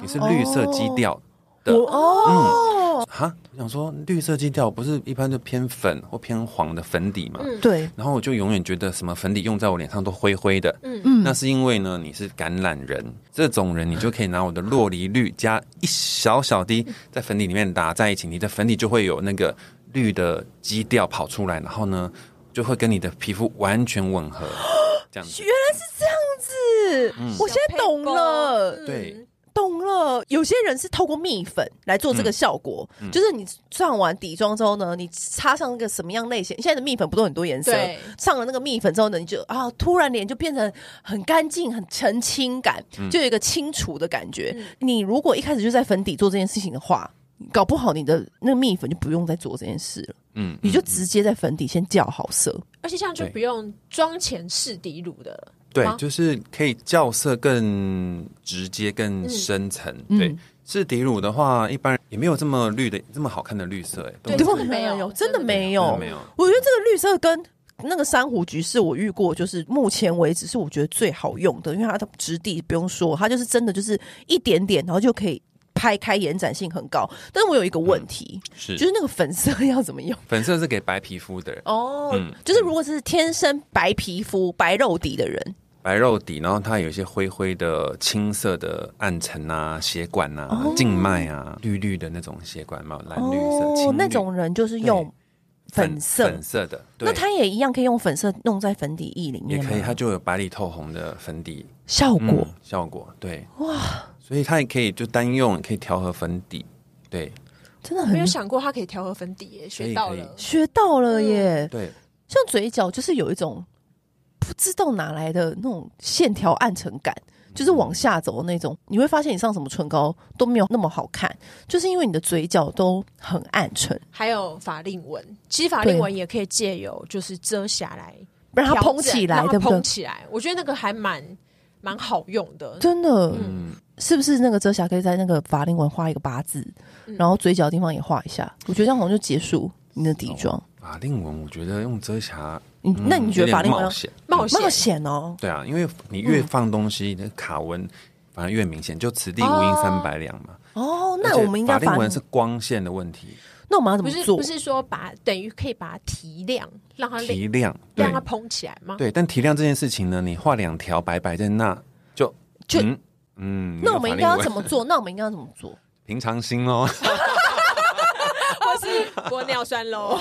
S3: 你是绿色基调的。
S1: 我哦，
S3: 哈，我想说绿色基调不是一般就偏粉或偏黄的粉底嘛？
S1: 对，
S3: 然后我就永远觉得什么粉底用在我脸上都灰灰的，嗯嗯，那是因为呢你是橄榄人，这种人你就可以拿我的洛梨绿加一小小滴在粉底里面打在一起，你的粉底就会有那个绿的基调跑出来，然后呢就会跟你的皮肤完全吻合，这样子。
S1: 原来是这样子，我现在懂了。
S2: 嗯
S3: 对，
S1: 懂了，有些人是透过蜜粉来做这
S3: 嗯
S1: 个效果，就是你上完底妆之后呢，你擦上那个什么样类型，现在的蜜粉不都很多颜色
S2: 对？
S1: 上了那个蜜粉之后呢，你就啊，突然脸就变成很干净、很澄清感，
S3: 嗯
S1: 就有一个清除的感
S2: 嗯
S1: 觉。你如果一开始就在粉底做这件事情的话，搞不好你的那个蜜粉就不用再做这件事了，
S3: 嗯，
S1: 你就直接在粉底先校好色。
S2: 而且这样就
S3: 对
S2: 不用妆前试底乳的了。
S3: 对
S2: 吗，
S3: 就是可以校色更直接、更深层。
S1: 嗯
S3: 对，是底乳的话，一般人也没有这么绿的、这么好看的绿色、哎，
S2: 对
S3: 都没有
S2: 真的没有
S1: 真的没有，
S3: 真的没有。
S1: 我觉得这个绿色跟那个珊瑚橘是我遇过，就是目前为止是我觉得最好用的，因为它的质地不用说，它就是真的就是一点点，然后就可以拍开，延展性很高。但是我有一个问题，
S3: 嗯是
S1: 就是那个粉色要怎么
S3: [LAUGHS]
S1: 用？
S3: 粉色是给白皮肤的人，
S1: 哦，就是如果是天生白皮肤、白肉底的人，
S3: 白肉底，然后它有一些灰灰的、青色的暗沉啊、血管啊、
S1: 哦
S3: 静脉啊、绿绿的那种血管嘛，蓝嗯绿色、青绿
S1: 那种人就是用粉色
S3: 粉。色的，对
S1: 那它也一样可以用粉色弄在粉底液里
S3: 也
S1: 面吗，
S3: 可以，它就有白里透红的粉底
S1: 效果、
S3: 嗯效果，对哇，所以它也可以就单用，也可以调和粉底，对
S1: 真的
S2: 没
S1: 很
S2: 有想过它可以调和粉底耶，学到了。
S1: 学到了耶。
S3: 对，
S1: 像嘴角就是有一种不知道哪来的那种线条暗沉感，就是往下走的那种。你会发现你上什么唇膏都没有那么好看，就是因为你的嘴角都很暗沉，
S2: 还有法令纹，其实法令
S1: 对
S2: 纹也可以借由就是遮瑕来
S1: 不然它
S2: 调
S1: 蓬
S2: 整
S1: 起来，
S2: 让它
S1: 对不对
S2: 蓬？起来，嗯我觉得那个还蛮蛮好用的。
S1: 真的，
S3: 嗯，
S1: 是不是那个遮瑕可以在那个法令纹画一个八字，然后嘴角地方也画一下？我觉得这样好像就结束你的底妆。
S3: 法令纹我觉得用遮瑕，
S1: 你
S3: 嗯
S1: 那你觉
S3: 有
S1: 得
S3: 点
S1: 法令纹嗯
S3: 冒
S1: 要
S3: 险？
S2: 冒险
S1: 冒险哦？
S3: 对啊，因为你越放东西，那卡纹反而越明显，就此地无银三百两嘛。
S1: 哦，
S3: 而
S1: 那
S3: 且
S1: 我们应该
S3: 法令
S1: 法
S3: 纹是光线的问题，
S1: 那我们要怎
S2: 不
S1: 么
S2: 是
S1: 做
S2: 不？是说把等于可以把它提亮，让
S1: 啊
S2: 它亮
S3: 提亮，对
S2: 让它蓬起来吗？
S3: 对，但提亮这件事情呢，你画两条白白在那就
S1: 就
S3: 嗯嗯，
S1: 那我们应该要怎
S3: 么
S1: 么做？那我们应该要怎么做？
S3: [LAUGHS] 平常心哦？
S2: 或哦是玻尿酸 [LAUGHS] 喽？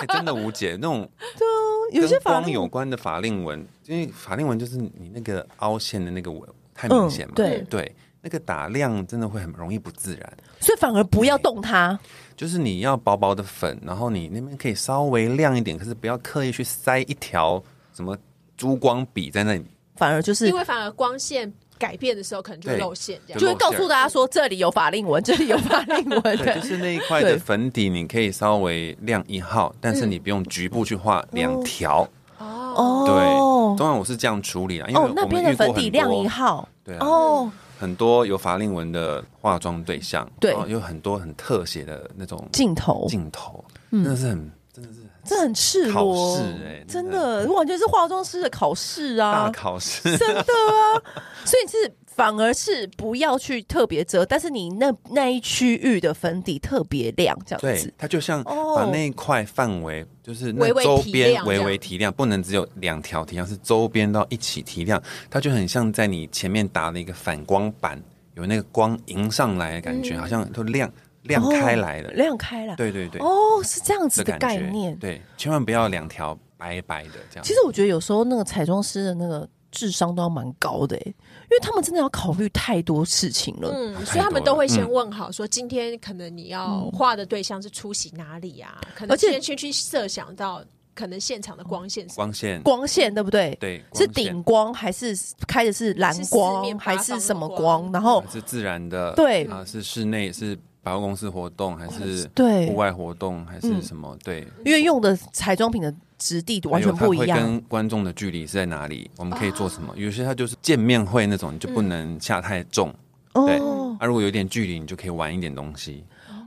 S3: 哎真的无解，那种
S1: [LAUGHS] 有些
S3: 跟
S1: 法
S3: 光
S1: 令
S3: 有关的法令纹，因为法令纹就是你那个凹陷的那个纹太明显嘛，
S1: 嗯对
S3: 对，那个打亮真的会很容易不自然。
S1: 所以反而不要动它。
S3: 就是你要薄薄的粉，然后你那边可以稍微亮一点，可是不要刻意去塞一条什么珠光笔
S1: [LAUGHS]
S3: 在那里。
S1: 反而就是
S2: 因为反而光线改变的时候可能就
S3: 对
S2: 露馅这
S1: 就
S2: 样。
S1: 会告诉大家说这里有法令纹，这里有法令纹
S3: 对，就
S1: 的。
S3: 是那一块
S1: 对
S3: 的粉底，你可以稍微亮一号，但是你不用局部去画两条，
S2: 哦，
S3: 对，通常我是这样处理啦，因为
S1: 哦，那
S3: 我
S1: 边
S3: 们
S1: 的
S3: 遇
S1: 粉
S3: 过
S1: 底
S3: 很
S1: 亮一
S3: 多，
S1: 号
S3: 对啊，
S1: 哦，
S3: 很多有法令纹的化妆对象，
S1: 对哦
S3: 然后有很多很特写的那种
S1: 镜头
S3: 镜头，
S1: 嗯
S3: 真的是很真的是
S1: 这很赤裸，
S3: 考试欸
S1: 真
S3: 真
S1: 的
S3: 的
S1: 完全是化妆师的考试
S3: 大
S1: 啊，
S3: 考试，
S1: [LAUGHS] 真的啊，所以是反而是不要去特别遮，但是你那那一区域的粉底特别亮，这样
S3: 对
S1: 子，
S3: 它就像
S1: 哦
S3: 把那一块范围，就是那
S2: 微微
S3: 周
S2: 提
S3: 边
S2: 亮
S3: 微
S2: 这
S3: 微
S2: 样
S3: 提亮，不能只有两条提亮，是周边到一起提亮，它就很像在你前面打了一个反光板，有那个光迎上来的感觉，好像都亮亮开来
S1: 嗯
S3: 了
S1: 哦。亮开来，
S3: 对对对，
S1: 哦，是这样子
S3: 这
S1: 的
S3: 感
S1: 概
S3: 觉
S1: 念。
S3: 对，千万不要两条白白的这样。
S1: 其实我觉得有时候那个彩妆师的那个智商都要蛮高的、欸，因为他们真的要考虑太多事情了。
S2: 嗯，
S3: 太
S2: 所以他们
S3: 多
S2: 都
S3: 了
S2: 会先
S3: 嗯
S2: 问好，说今天可能你要画的对象是出席哪里啊？可
S1: 而
S2: 能
S1: 且
S2: 先去去设想到可能现场的光线是
S3: 光线
S1: 光线对不对？
S3: 对
S1: 是
S3: 光线
S1: 顶光还是开的是蓝
S2: 是四
S1: 光
S2: 面八
S1: 还
S2: 方
S1: 是
S2: 的
S1: 什么
S2: 光
S1: 光？然后
S3: 还是自然的，
S1: 对
S3: 啊，是室内是百货公司活动，还是
S1: 对
S3: 户外活动，还是
S1: 嗯
S3: 什么？对，
S1: 因为用的彩妆品的质地完全不一
S3: 还有它会
S1: 样。
S3: 跟观众的距离是在哪里？我们可以做什么？有些它就是见面会那种，你就不能下太重。对，
S1: 哦
S3: 啊，如果有点距离，你就可以玩一点东西。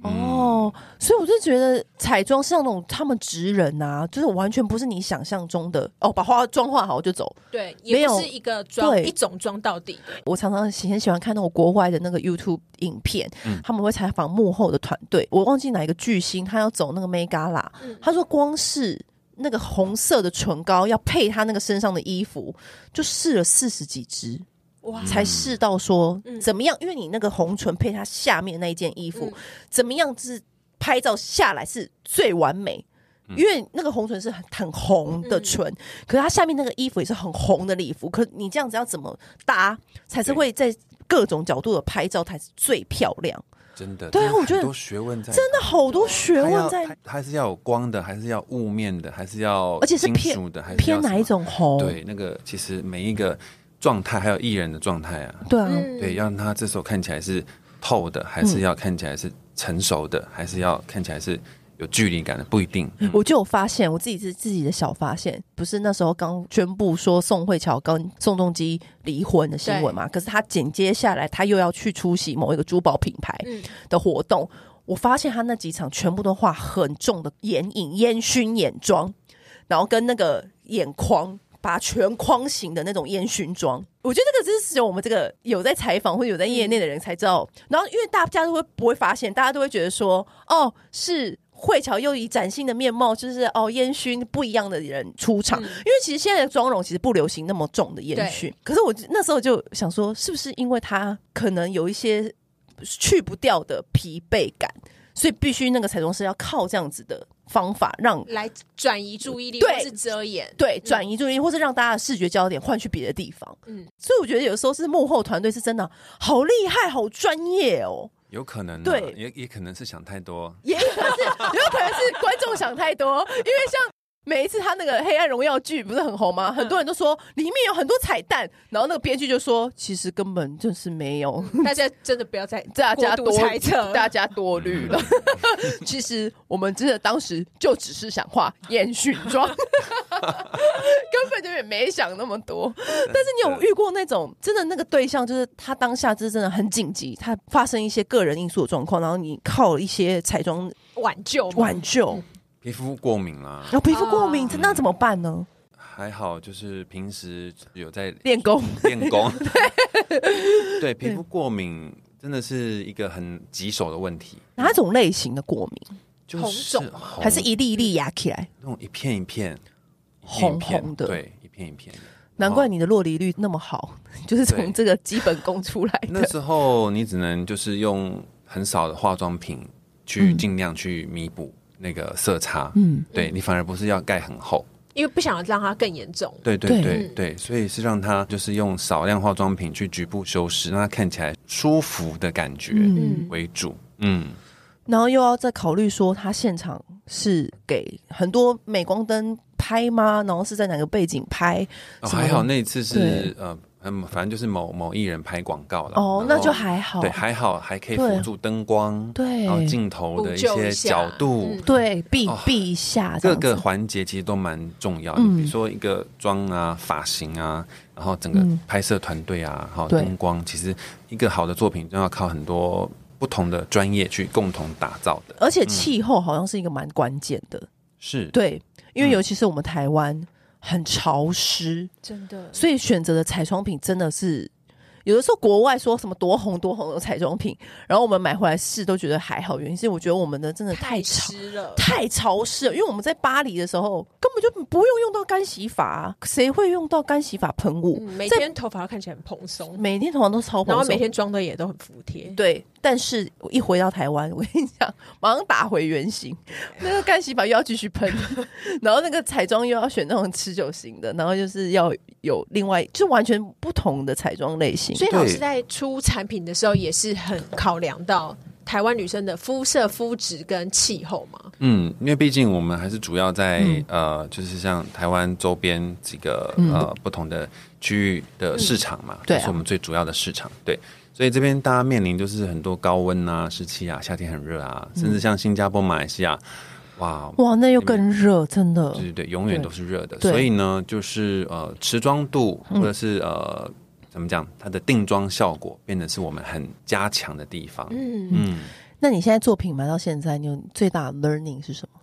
S3: 嗯
S1: 哦，所以我就觉得彩妆像那种他们职人啊，就是完全不是你想象中的哦，把化妆化好就走。
S2: 嗯对，
S1: 没
S2: 也
S1: 有
S2: 不是一个装
S1: 对
S2: 一种装到底的。
S1: 我常常很喜欢看那种国外的那个 YouTube 影片，他们会采访幕后的团队。我忘记哪一个巨星，他要走那个 Met Gala，、他说光是那个红色的唇膏要配他那个身上的衣服，就试了四十几支。
S2: 哇，
S1: 才试到说怎么样，因为你那个红唇配它下面那一件衣服，怎么样是拍照下来是最完美。因为那个红唇是很很红的唇，可是它下面那个衣服也是很红的礼服，可你这样子要怎么搭，才是
S3: 对
S1: 会在各种角度的拍照才是最漂亮？
S3: 真的，
S1: 对啊
S3: 真的
S1: 我觉得
S3: 很多学问在，
S1: 真的好多学
S3: 它
S1: 问
S3: 要
S1: 在
S3: 它，它是要有光的，还是要雾面的，还是要
S1: 而且是
S3: 金
S1: 偏
S3: 属的，还是要
S1: 偏
S3: 什么
S1: 哪一？种红？
S3: 对，那个其实每一个状态，还有艺人的状态啊，
S1: 对啊，
S3: 对，要让他这时候看起来是透的，还是要看起来是成熟的，还是要看起来是有距离感的，不一定。嗯
S1: 我就有发现，我自己是自己的小发现，不是那时候刚宣布说宋慧乔跟宋仲基离婚的新闻嘛？可是他紧接下来他又要去出席某一个珠宝品牌
S2: 嗯
S1: 的活动，我发现他那几场全部都画很重的眼影、烟熏眼妆，然后跟那个眼眶。把全框型的那种烟熏妆，我觉得这个真是只有我们这个有在采访或者有在业内的人才知道。然后，因为大家都会不会发现，大家都会觉得说，哦，是慧乔又以崭新的面貌，就是哦烟熏不一样的人出场。因为其实现在的妆容其实不流行那么重的烟熏，可是我就那时候就想说，是不是因为她可能有一些去不掉的疲惫感，所以必须那个彩妆师要靠这样子的方法让
S2: 来转移注意力，
S1: 对
S2: 或是遮掩。
S1: 对转移注意力，或是让大家的视觉焦点换去别的地方。嗯
S2: 嗯，
S1: 所以我觉得有时候是幕后团队是真的好厉害、好专业哦，
S3: 有可能、啊，
S1: 对
S3: 也也可能是想太多。
S1: 也 [LAUGHS] 有可能是也有可能是观众想太多，因为像。每一次他那个《黑暗荣耀》剧不是很红吗？很多人都说里面有很多彩蛋，然后那个编剧就说其实根本就是没有，
S2: 大家真的不要再
S1: 大家
S2: 过度
S1: 多
S2: 猜测，
S1: 大家多虑 [LAUGHS] 了。其实我们真的当时就只是想画烟熏 [LAUGHS] 妆，根本就也没想那么多。但是你有遇过那种真的那个对象，就是他当下就是真的很紧急，他发生一些个人因素的状况，然后你靠一些彩妆
S2: 挽救嘛。
S1: 挽救，
S3: 皮肤过敏啦，
S1: 然后皮肤过敏
S2: 啊，
S1: 那怎么办呢？
S3: 还好就是平时有
S1: [LAUGHS]
S3: 在
S1: 练功。
S3: 练功。对，皮肤过敏真的是一个很棘手的问题，
S1: 哪种类型的过敏？
S3: 就是
S2: 红肿
S1: 啊
S3: 红
S1: 还是一粒一粒压起来？
S3: 那种一片一片一片
S1: 红
S3: 一片
S1: 红的
S3: 对，一片一片的。
S1: 难怪你的落离率那么好，就是从
S3: 对
S1: 这个基本功出来的
S3: 那。时候你只能就是用很少的化妆品去尽量去弥补那个色差，
S1: 嗯
S3: 嗯，对你反而不是要盖很厚，
S2: 因为不想让它更严重。
S3: 对
S1: 对
S3: 对对对所以是让它就是用少量化妆品去局部修饰，让它看起来舒服的感觉
S1: 嗯
S3: 为主，嗯，
S1: 然后又要再考虑说，他现场是给很多镁光灯拍吗？然后是在哪个背景拍？
S3: 哦、
S1: 什么
S3: 还好那一次
S1: 对
S3: 是呃。嗯，反正就是某某艺人拍广告了。
S1: 哦，
S3: 然
S1: 那
S3: 后
S1: 就还好。
S3: 对，还好还可以
S1: 对
S3: 辅助灯光，
S1: 对
S3: 然后镜头的
S2: 补
S3: 一
S2: 救
S3: 些
S2: 一下
S3: 角度，
S2: 嗯
S1: 对避
S3: 哦
S1: 避一下这
S3: 各
S1: 样子
S3: 个环节其实都蛮重要。
S1: 嗯
S3: 你比如说一个妆啊、发型啊，然后整个
S1: 嗯
S3: 拍摄团队啊，还有
S1: 对
S3: 灯光，其实一个好的作品都要靠很多不同的专业去共同打造的。
S1: 而且气候好像是一个蛮关键的，
S3: 是，
S1: 对，因为
S3: 嗯
S1: 尤其是我们台湾很潮湿，
S2: 真的，
S1: 所以选择的彩妆品真的是。有的时候国外说什么多红多红的彩妆品，然后我们买回来试都觉得还好，原因是我觉得我们的真的太
S2: 太
S1: 潮
S2: 湿了，
S1: 太潮湿了，因为我们在巴黎的时候根本就不用用到干洗法啊、谁会用到干洗法喷雾？
S2: 嗯，每
S1: 在
S2: 天头发看起来很蓬松，
S1: 每天头发都超蓬松
S2: 然后每天妆的也都很服帖，
S1: 对，但是我一回到台湾，我跟你讲，马上打回原形， [LAUGHS] 那个干洗法又要继续喷， [LAUGHS] 然后那个彩妆又要选那种持久型的，然后就是要有另外就完全不同的彩妆类型。
S2: 所以老师
S3: 对
S2: 在出产品的时候也是很考量到台湾女生的肤色、肤质跟气候嘛。
S3: 嗯，因为毕竟我们还是主要在、
S1: 嗯
S3: 呃，就是像台湾周边几个、呃不同的区域的市场嘛，
S1: 对啊
S3: 就是我们最主要的市场。对，所以这边大家面临就是很多高温啊、湿气啊，夏天很热啊，甚
S1: 嗯
S3: 至像新加坡、马来西亚，哇，
S1: 哇，那又更热，真的
S3: 对对对，永远都是热的。
S1: 对嗯
S3: 所以呢，就是呃，持妆度或者是呃，怎么讲，它的定妆效果变得是我们很加强的地方。
S2: 嗯，
S3: 嗯，
S1: 那你现在作品买到现在，你有最大的 learning 是什么？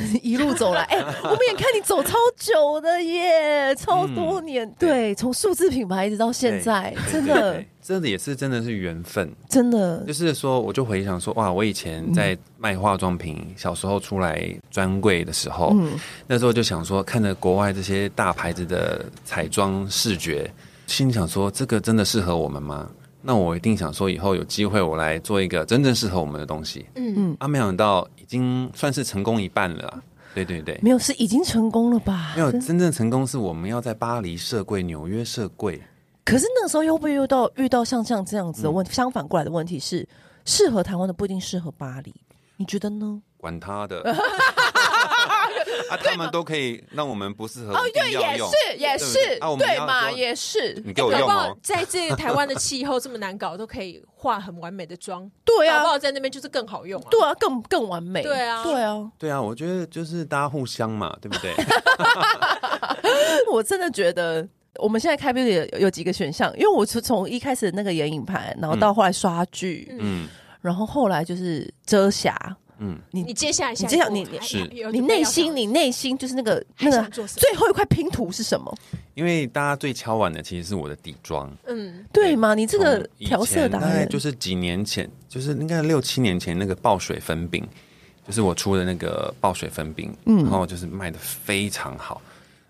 S1: [LAUGHS] 一路走来，哎、我们也看你走超久的耶，超多年，对，从数字品牌一直到现在，
S3: 嗯对
S1: 真，
S3: 对
S1: 的
S3: 对，这也是真的是缘分。
S1: 真的
S3: 就，是说，我就回想说，哇，我以前在卖化妆品，小时候出来专柜的时候，
S1: 嗯，
S3: 那时候就想说，看着国外这些大牌子的彩妆视觉，心想说，这个真的适合我们吗？那我一定想说，以后有机会我来做一个真正适合我们的东西。
S2: 嗯
S1: 嗯
S2: 嗯，
S3: 啊，没想到已经算是成功一半了啊。对对对，
S1: 没有是已经成功了吧？
S3: 没有真正成功是我们要在巴黎设柜、纽约设柜。
S1: 可是那个时候又会遇到遇到像像这样
S3: 嗯
S1: 子的问题，相反过来的问题是，适合台湾的不一定适合巴黎，你觉得呢？
S3: 管他
S1: [LAUGHS]
S3: 的，啊，他们都可以让我们不适合，一定要用。
S1: 哦也
S3: 哦是对不对啊我们对要嘛说也
S1: 是
S3: 你给我
S2: 哎
S3: 用
S2: 搞不好。
S3: 哦
S2: [LAUGHS] 在这个台湾的气候这么难搞，都可以化很完美的妆，
S1: 对
S2: 搞不
S1: 啊，
S2: 好在那边就是更好用啊。
S1: 对啊，更更完美，
S2: 对啊
S1: 对啊，
S3: 对啊，我觉得就是大家互相嘛，对不
S1: [LAUGHS]
S3: 对？
S1: 我真的觉得。我们现在开 beauty 有有几个选项，因为我是从一开始那个眼影盘，然后到后来刷剧，
S3: 嗯
S1: 然后后来就是遮瑕，
S3: 嗯，
S2: 你接下来下
S1: 你接下来
S2: 一
S1: 你
S2: 步
S1: 你
S2: 还
S3: 是
S2: 还有
S1: 你
S2: 准备
S1: 内
S2: 要
S1: 心
S2: 想
S1: 你内心就是那个那
S2: 还想
S1: 个
S2: 做什么？
S1: 最后一块拼图是什么？
S3: 因为大家最敲碗的其实是我的底妆。
S2: 嗯，
S1: 对吗？你这个
S3: 从以
S1: 调色
S3: 前
S1: 达
S3: 大概
S1: 人
S3: 就是几年前，就是应该六七年前那个爆水粉饼，就是我出的那个爆水粉饼，
S1: 嗯
S3: 然后就是卖的非常好。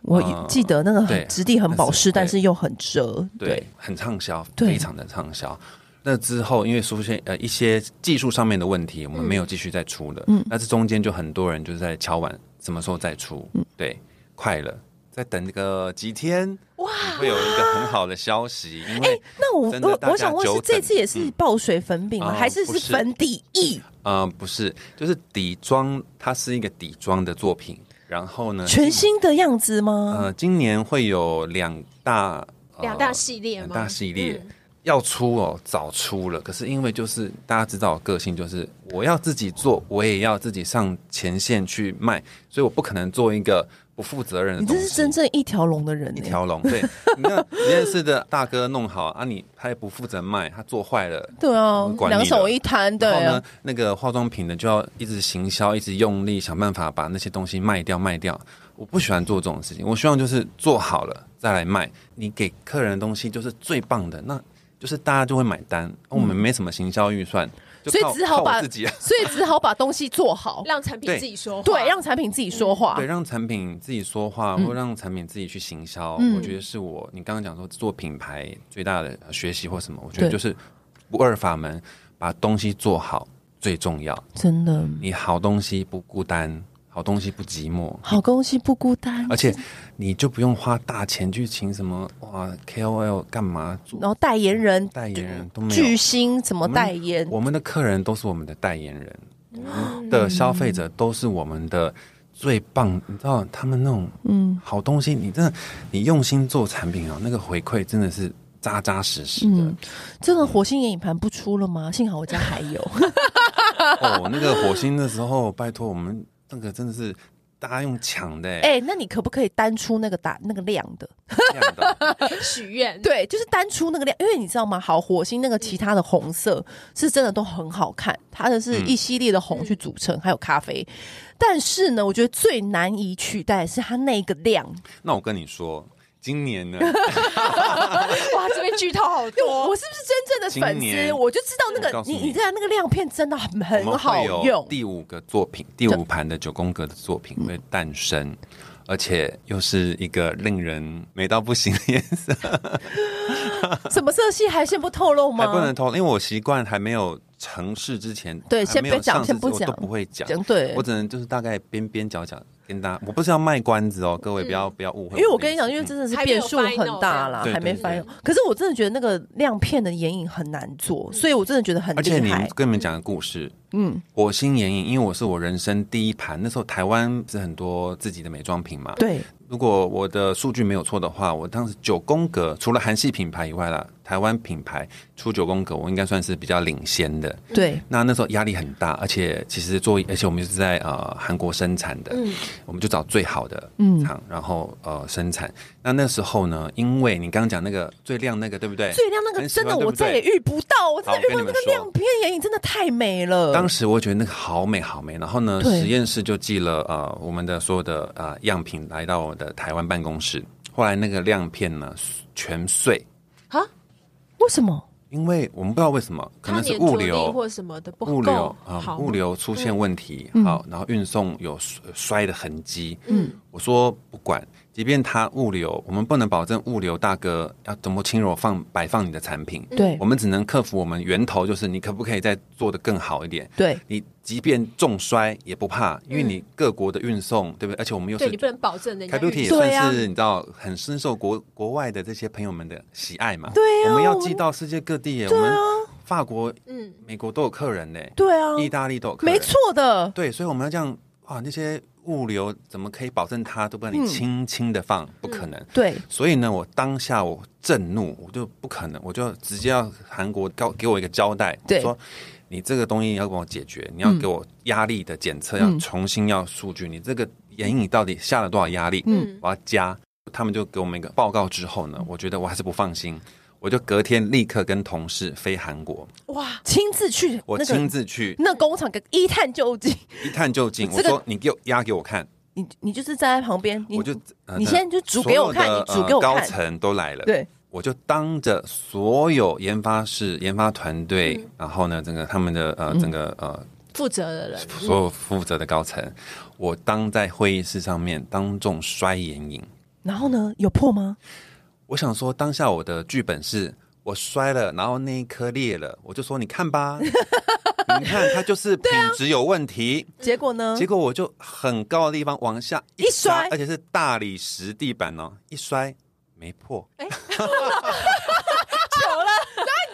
S1: 我
S3: 呃
S1: 记得那个很
S3: 对
S1: 质地很保湿，但
S3: 但是
S1: 是又很折。
S3: 对，，很畅销，
S1: 对
S3: 非常的畅销。那之后，因为出现呃一些技术上面的问题，我们没有继续再出了。嗯，那这中间就很多人就是在敲碗，什么时候再出？对，快了，再等个几天，哇，会有一个很好的消息。因为、
S1: 那我
S3: 真的大
S1: 我我
S3: 家
S1: 想问是
S3: 久
S1: 这
S3: 等
S1: 次也是爆水粉饼吗？
S3: 嗯
S1: 还是是
S3: 不是
S1: 粉底液？
S3: 呃不是，就是底妆，它是一个底妆的作品。然后呢，
S1: 全新的样子吗？
S3: 呃今年会有两大呃
S2: 两大系列
S3: 很
S2: 吗？
S3: 大系列、
S2: 嗯
S3: 要出哦，早出了。可是因为就是大家知道我个性，就是我要自己做，我也要自己上前线去卖，所以我不可能做一个不负责任的
S1: 你
S3: 东
S1: 这
S3: 西。
S1: 是真正一条龙的人
S3: 一
S1: 欸，
S3: 条龙，
S1: [LAUGHS]
S3: 对，你看实验室的大哥弄好啊你，他也不负责卖，他做坏了，
S1: 对啊
S3: 管，理
S1: 两手
S3: 了
S1: 一摊，对
S3: 然后
S1: 啊
S3: 呢，，那个化妆品的就要一直行销，一直用力想办法把那些东西卖掉卖掉。我不喜欢做这种事情，我希望就是做好了再来卖。你给客人的东西就是最棒的，那就是大家就会买单。哦我们没什么行销预算，就
S1: 嗯所以
S3: 靠
S1: 只好
S3: 靠我
S1: 把
S3: 自己啊
S1: 所以只好把东西做好，
S2: 让产品
S3: 对
S2: 自己说话，
S1: 对，让产品自己说话
S3: 对，让产品自己说话，或让产品自己去行销。
S1: 嗯
S3: 我觉得是我你刚刚讲说做品牌最大的学习或什么，我觉得
S1: 对
S3: 就是不二法门，把东西做好最重要。
S1: 真的
S3: 你好东西不孤单，好东西不寂寞，
S1: 好东西不孤单
S3: 而。且你就不用花大钱去请什么哇 KOL 干嘛做
S1: 然后代言人、
S3: 代言人都嗯没
S1: 巨
S3: 有。
S1: 星怎么
S3: 我们
S1: 代言？
S3: 我们的客人都是我们的代言人，我们的消费者都是我们的最棒，你知道他们那种嗯好东西，你真的你用心做产品啊，那个回馈真的是扎扎实实的。
S1: 嗯，这个火星眼影盘不出了吗？幸好我家还
S3: [LAUGHS]
S1: 有。
S3: 哦，那个火星的时候，拜托我们那个真的是大家用抢
S1: [LAUGHS]
S3: 的、欸，
S1: 哎、那你可不可以单出那个打那个亮的？
S3: 这样的
S2: 许 [LAUGHS] 愿，
S1: 对，就是单出那个亮，因为你知道吗？好，火星那个其他的红色是真的都很好看，它的
S3: 嗯
S1: 是一系列的红去组成，还有咖啡。但是呢，我觉得最难以取代的是它那个亮，
S3: 那我跟你说，今年呢，
S2: [LAUGHS] 哇，这边剧透好
S1: 因为我
S2: 多
S1: 我，是不是真正的粉
S3: 今
S1: 丝？
S3: 年
S1: 我就知道那
S3: 我
S1: 个
S3: 告诉
S1: 你
S3: 你
S1: 你知道那个亮片真的很
S3: 我们
S1: 很好
S3: 会有
S1: 用，嗯
S3: 第五个作品，第五盘的九宫格的作品会诞生，而且又是一个令人美到不行的颜色，
S1: 什么色系还先不透露吗？
S3: 还不能偷，因为我习惯还没有成事之前，
S1: 对
S3: 还没有
S1: 先不讲
S3: 上市
S1: 先不
S3: 之前我
S1: 讲
S3: 都不会讲，
S1: 讲对
S3: 我只能就是大概边边角角跟大家，我不是要卖关子哦，各位不要不要误会的意思，
S1: 嗯因为我跟你讲，因为真的是变数很大啦，还
S3: 还没
S1: 没
S3: 有 final 这
S1: 翻
S3: 样
S1: 涌。可是我真的觉得那个亮片的眼影很难做，所以我真的觉得很
S3: 而且
S1: 厉
S3: 你
S1: 害。
S3: 跟你们讲个故事，
S1: 嗯
S3: 嗯，火星眼影，因为我是我人生第一盘，那时候台湾是很多自己的美妆品嘛，
S1: 对，
S3: 如果我的数据没有错的话，我当时九宫格除了韩系品牌以外啦，台湾品牌出九宫格，我应该算是比较领先的。
S1: 对，
S3: 那那时候压力很大，而且其实做，而且我们是在呃韩国生产的，
S2: 嗯
S3: 我们就找最好的
S1: 嗯
S3: 厂，然后呃生产。那那时候呢，因为你刚刚讲那个最亮那个，对不对？
S1: 最亮那个
S3: 很喜
S1: 真
S3: 欢
S1: 的
S3: 对
S1: 我
S3: 不对
S1: 再也遇不到，我真的
S3: 好我
S1: 遇不到
S3: 跟你
S1: 那
S3: 们
S1: 个
S3: 说
S1: 亮片眼影，真的太美
S2: 呃
S1: 了。
S3: 当时我觉得那个好美好美，然后呢，
S1: 对
S3: 实验室就寄了呃我们的所有的啊、呃样品来到我的台湾办公室。后来那个亮片呢全碎，
S2: 啊，
S1: 为什么？
S3: 因为我们不知道为什么，可
S2: 它
S3: 能是
S2: 粘着
S3: 物
S2: 力
S3: 流
S2: 或什么的不
S3: 物
S2: 够
S3: 流
S2: 好
S3: 啊
S2: 吗，
S3: 物流出现问题，好，然后运送有摔摔的痕迹。
S1: 嗯
S3: 嗯，我说不管，即便它物流，我们不能保证物流大哥要怎么轻柔放摆放你的产品，
S1: 对
S3: 我们只能克服我们源头，就是你可不可以再做得更好一点？
S1: 对嗯
S3: 你即便重摔也不怕，因为你各国的运送，对不对？而且我们又
S2: 对你
S3: 是
S2: 不能保证人家
S3: 开 beauty
S2: 运
S3: 也
S1: 对
S3: 算
S1: 啊
S3: 是、你知道很深受国国外的这些朋友们的喜爱嘛。
S1: 对啊
S3: 我们要
S1: 我们
S3: 寄到世界各地耶，
S1: 对
S3: 我们
S1: 啊，
S3: 法国、
S2: 嗯，
S3: 美国都有客人呢，
S1: 对啊，
S3: 意大利都有客人，
S1: 没错的，
S3: 对，所以我们要这样啊，那些物流怎么可以保证它都不让
S1: 嗯
S3: 你轻轻的放？不可能。
S1: 对，
S3: 所以呢，我当下我震怒，我就不可能，我就直接要韩国告给我一个交代，
S1: 对嗯
S3: 我说你这个东西要帮我解决，你要给我压力的检测，要重新要数据，你这个眼影到底下了多少压力？
S1: 嗯
S3: 嗯，我要加。他们就给我们一个报告之后呢，我觉得我还是不放心，我就隔天立刻跟同事飞韩国，
S2: 哇，
S1: 亲自去
S3: 我
S1: 那
S3: 亲
S1: 个
S3: 自去
S1: 那工厂给一探究竟。
S3: 一探究竟。
S1: 这
S3: 我
S1: 个
S3: 说你给我压给我看，
S1: 你你就是站在旁边，你
S3: 我就呃
S1: 你现在就煮给我看
S3: 所有的
S1: 你煮给我
S3: 呃
S1: 看
S3: 高层都来了，
S1: 对，
S3: 我就当着所有研发室、研发团队，
S1: 嗯
S3: 然后呢，整个他们的呃，整个呃，
S2: 负责的人
S3: 所有负责的高层，我当在会议室上面当众摔眼影。
S1: 然后呢，有破吗？
S3: 我想说，当下我的剧本是我摔了，然后那一颗裂了，我就说你
S1: [LAUGHS]
S3: 看吧，你看它就是品
S1: 啊
S3: 质有问题。
S1: 结果呢？
S3: 结果我就很高的地方往下
S1: 嗯一摔
S3: 砸而且是大理石地板哦，一摔没破。
S1: 哎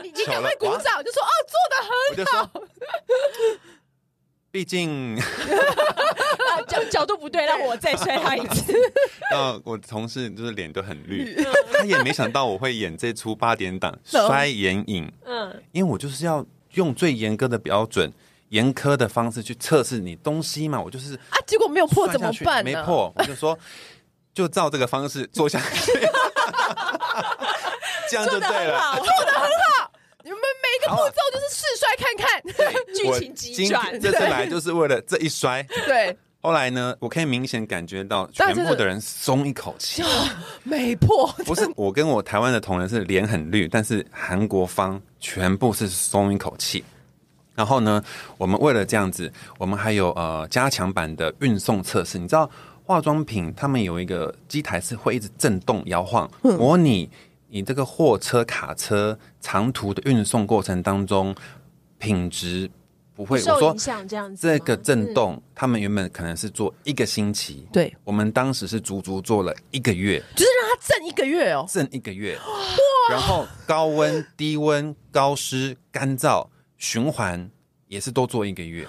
S1: 你你
S3: 糗
S1: 赶
S3: 了
S1: 快鼓
S3: 哇
S1: 掌，就说哦，
S3: 我就说，毕竟，
S2: 啊角角度不对，让我再摔他一次。
S3: [LAUGHS] 呃，我同事就是脸都很绿，他也没想到我会演这出八
S2: [LAUGHS]
S3: 点档
S1: No
S3: 摔眼影，
S2: [LAUGHS] 嗯，
S3: 因为我就是要用最严格的标准、严苛的方式去测试你东西嘛，我就是
S1: 啊，结果没有破
S3: 摔
S1: 怎么
S3: 下去
S2: 啊
S1: 办呢？
S3: 没破，我就说就照这个方式做下
S2: [LAUGHS]
S3: 去，这样就
S2: 做得
S3: 对
S2: 很
S3: 了。
S2: 好，
S1: 你们每一个步骤就是试摔看看，
S2: 剧
S3: 我
S2: 情急
S3: 今
S2: 转
S3: 天这次来就是为了这一摔。
S1: [LAUGHS] 对，
S3: 后来呢，我可以明显感觉到
S1: 大家
S3: 全
S1: 真的
S3: 部的人松一口气，
S1: 没破，
S3: 不是我跟我台湾的同仁是脸很绿，但是韩国方全部是松一口气。然后呢，我们为了这样子，我们还有呃加强版的运送测试。你知道化妆品他们有一个机台是会一直震动摇晃，
S2: 嗯
S3: 模拟你这个货车、卡车长途的运送过程当中品质不会。我
S2: 受
S3: 说
S2: 影响这样子吗。嗯
S3: 这个震动，他们原本可能是做一个星期，
S1: 对，
S3: 我们当时是足足做了一个月。
S1: 就是让它震一个月哦。
S3: 震一个月，然后高温、低温、高湿、干燥循环，也是都做一个月，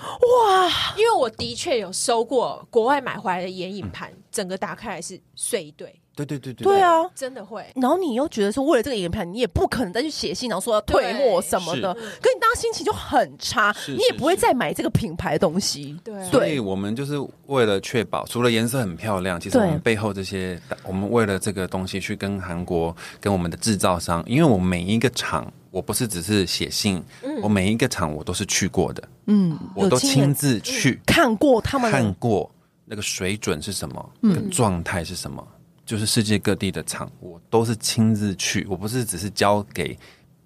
S2: 因为我的确有收过国外买回来的眼影
S3: 嗯
S2: 盘，整个打开来是碎一堆，
S3: 对对对对
S1: 对，啊，
S2: 真的会。
S1: 然后你又觉得说，为了这个影片，你也不可能再去写信，然后说要退货什么的，
S2: 是
S1: 可你当时心情就很差，
S3: 是
S1: 你也
S3: 是
S1: 不会
S3: 是
S1: 再买这个品牌的东西。
S2: 对啊
S1: 对
S3: 所以我们就是为了确保，除了颜色很漂亮，其实
S1: 对
S3: 我们背后这些，我们为了这个东西去跟韩国跟我们的制造商，因为我每一个厂，我不是只是写信，我每一个厂我都是去过的，
S1: 嗯，
S3: 我都
S1: 有亲
S3: 亲
S1: 眼
S3: 自去
S1: 看过他们
S3: 看
S1: 的，嗯
S3: 过那个水准是什么，跟状态是什么，就是世界各地的厂，我都是亲自去，我不是只是交给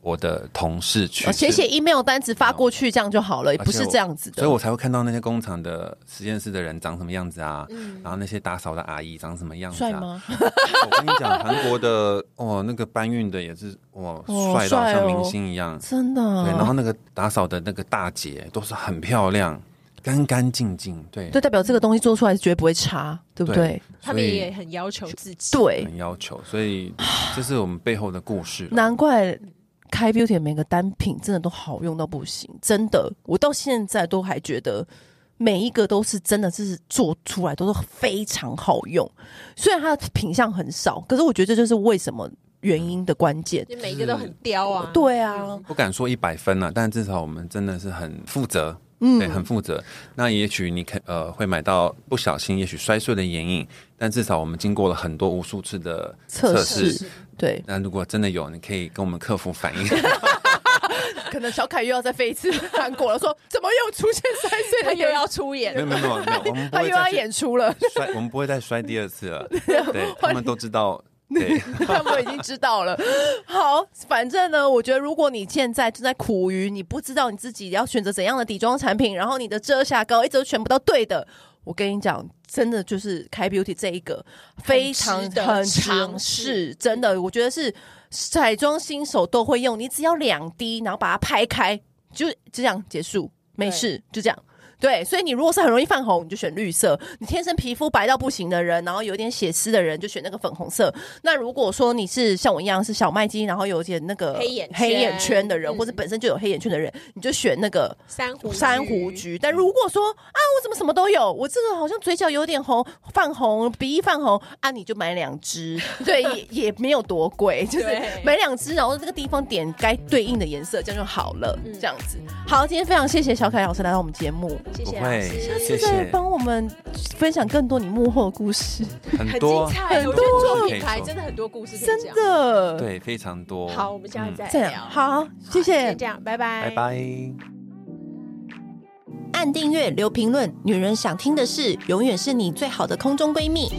S3: 我的同事去
S1: 呃写
S3: 是
S1: 写 email 单子发过去，这样就好了，也
S3: 而
S1: 不
S3: 且
S1: 是
S3: 我
S1: 这样子的。
S3: 所以我才会看到那些工厂的实验室的人长什么样子啊，然后那些打扫的阿姨长什么样
S1: 嗯
S3: 子
S1: 帅
S3: 啊。
S1: 吗？
S3: 我跟你讲，韩国的哦，那个搬运的也是哇，
S1: 哦
S3: 帅到
S1: 帅
S3: 像
S1: 哦
S3: 明星一样。
S1: 真的
S3: 对，然
S1: 啊。
S3: 后那个打扫的那个大姐都是很漂亮，干干净净。对，
S1: 对，代表这个东西做出来绝对不会差，对不对
S3: 对？
S2: 他
S3: 所
S2: 们也
S3: 以
S2: 很要求自己。
S1: 对，
S3: 很要求，所以这是我们背后的故事。
S1: 难怪开 Beauty 的每个单品真的都好用到不行，真的，我到现在都还觉得每一个都是真的是做出来都是非常好用。虽然它的品相很少，可是我觉得这就是为什么原因的关键。
S2: 就每一个都很刁啊，
S1: 对啊，
S3: 不敢说一百分了、但至少我们真的是很负责，
S2: 嗯
S3: 对，很负责。那也许你可呃会买到不小心，也许摔碎的眼影，但至少我们经过了很多无数次的
S1: 测
S3: 测
S1: 试
S3: 试。
S1: 对，
S3: 那如果真的有，你可以跟我们客服
S2: [LAUGHS]
S3: 反映。
S1: 可能小凯又要再飞一次韩国了，说怎么又出现摔碎
S2: 他
S1: 的
S2: 又
S1: 眼
S2: 要出演
S3: 没有
S2: 了，
S3: 没有没有，没有我们不
S1: 他
S3: 会
S1: 又要
S3: 再去
S1: 演出了，
S3: 摔，我们不会再摔第二次
S2: [LAUGHS]
S3: 了。对他们都知道，对，
S1: [LAUGHS] 他们已经知道了。好，反正呢，我觉得如果你现在正在苦于你不知道你自己要选择怎样的底妆产品，然后你的遮瑕膏一直都选不到对的，我跟你讲，真的就是开 Beauty 这一个非常
S2: 值得
S1: 很
S2: 尝
S1: 尝
S2: 试
S1: 试，真的，我觉得是彩妆新手都会用，你只要两滴，然后把它拍开，就就这样结束，没事，就这样。对，所以你如果是很容易泛红，你就选绿色；你天生皮肤白到不行的人，然后有点血丝的人，就选那个粉红色。那如果说你是像我一样是小麦肌，然后有点那个
S2: 黑眼圈
S1: 黑眼圈的人，
S2: 嗯
S1: 或者本身就有黑眼圈的人，你就选那个
S2: 珊瑚
S1: 珊瑚，橘。但如果说啊，我怎么什么都有，我这个好像嘴角有点红，泛红，鼻翼泛红啊，你就买两
S2: [LAUGHS]
S1: 支，对，也也没有多贵，就是
S2: 对
S1: 买两支，然后这个地方点该对应的颜色，这样就好了，
S2: 嗯
S1: 这样子。好，今天非常谢谢小凯老师来到我们节目。
S2: 谢谢
S3: 不会
S2: 老师
S3: 谢谢
S1: 再帮我们分享更多你幕后的故事，
S3: 很
S2: 很
S3: 多
S2: 精彩，
S1: 很
S2: 我觉得
S3: 多
S2: 做
S3: 可
S2: 品
S3: 以
S2: 牌
S3: 说
S2: 真的很多故事可以
S1: 真
S2: 讲。
S1: 的。，
S3: 对，非常多。嗯
S2: 好，，我们下次再
S1: 这
S2: 聊。
S1: 样好，谢谢
S2: 先这。样，拜拜，
S3: 拜。拜。
S1: 按订阅，留评论，女人想听的事，永远是你最好的空中闺蜜。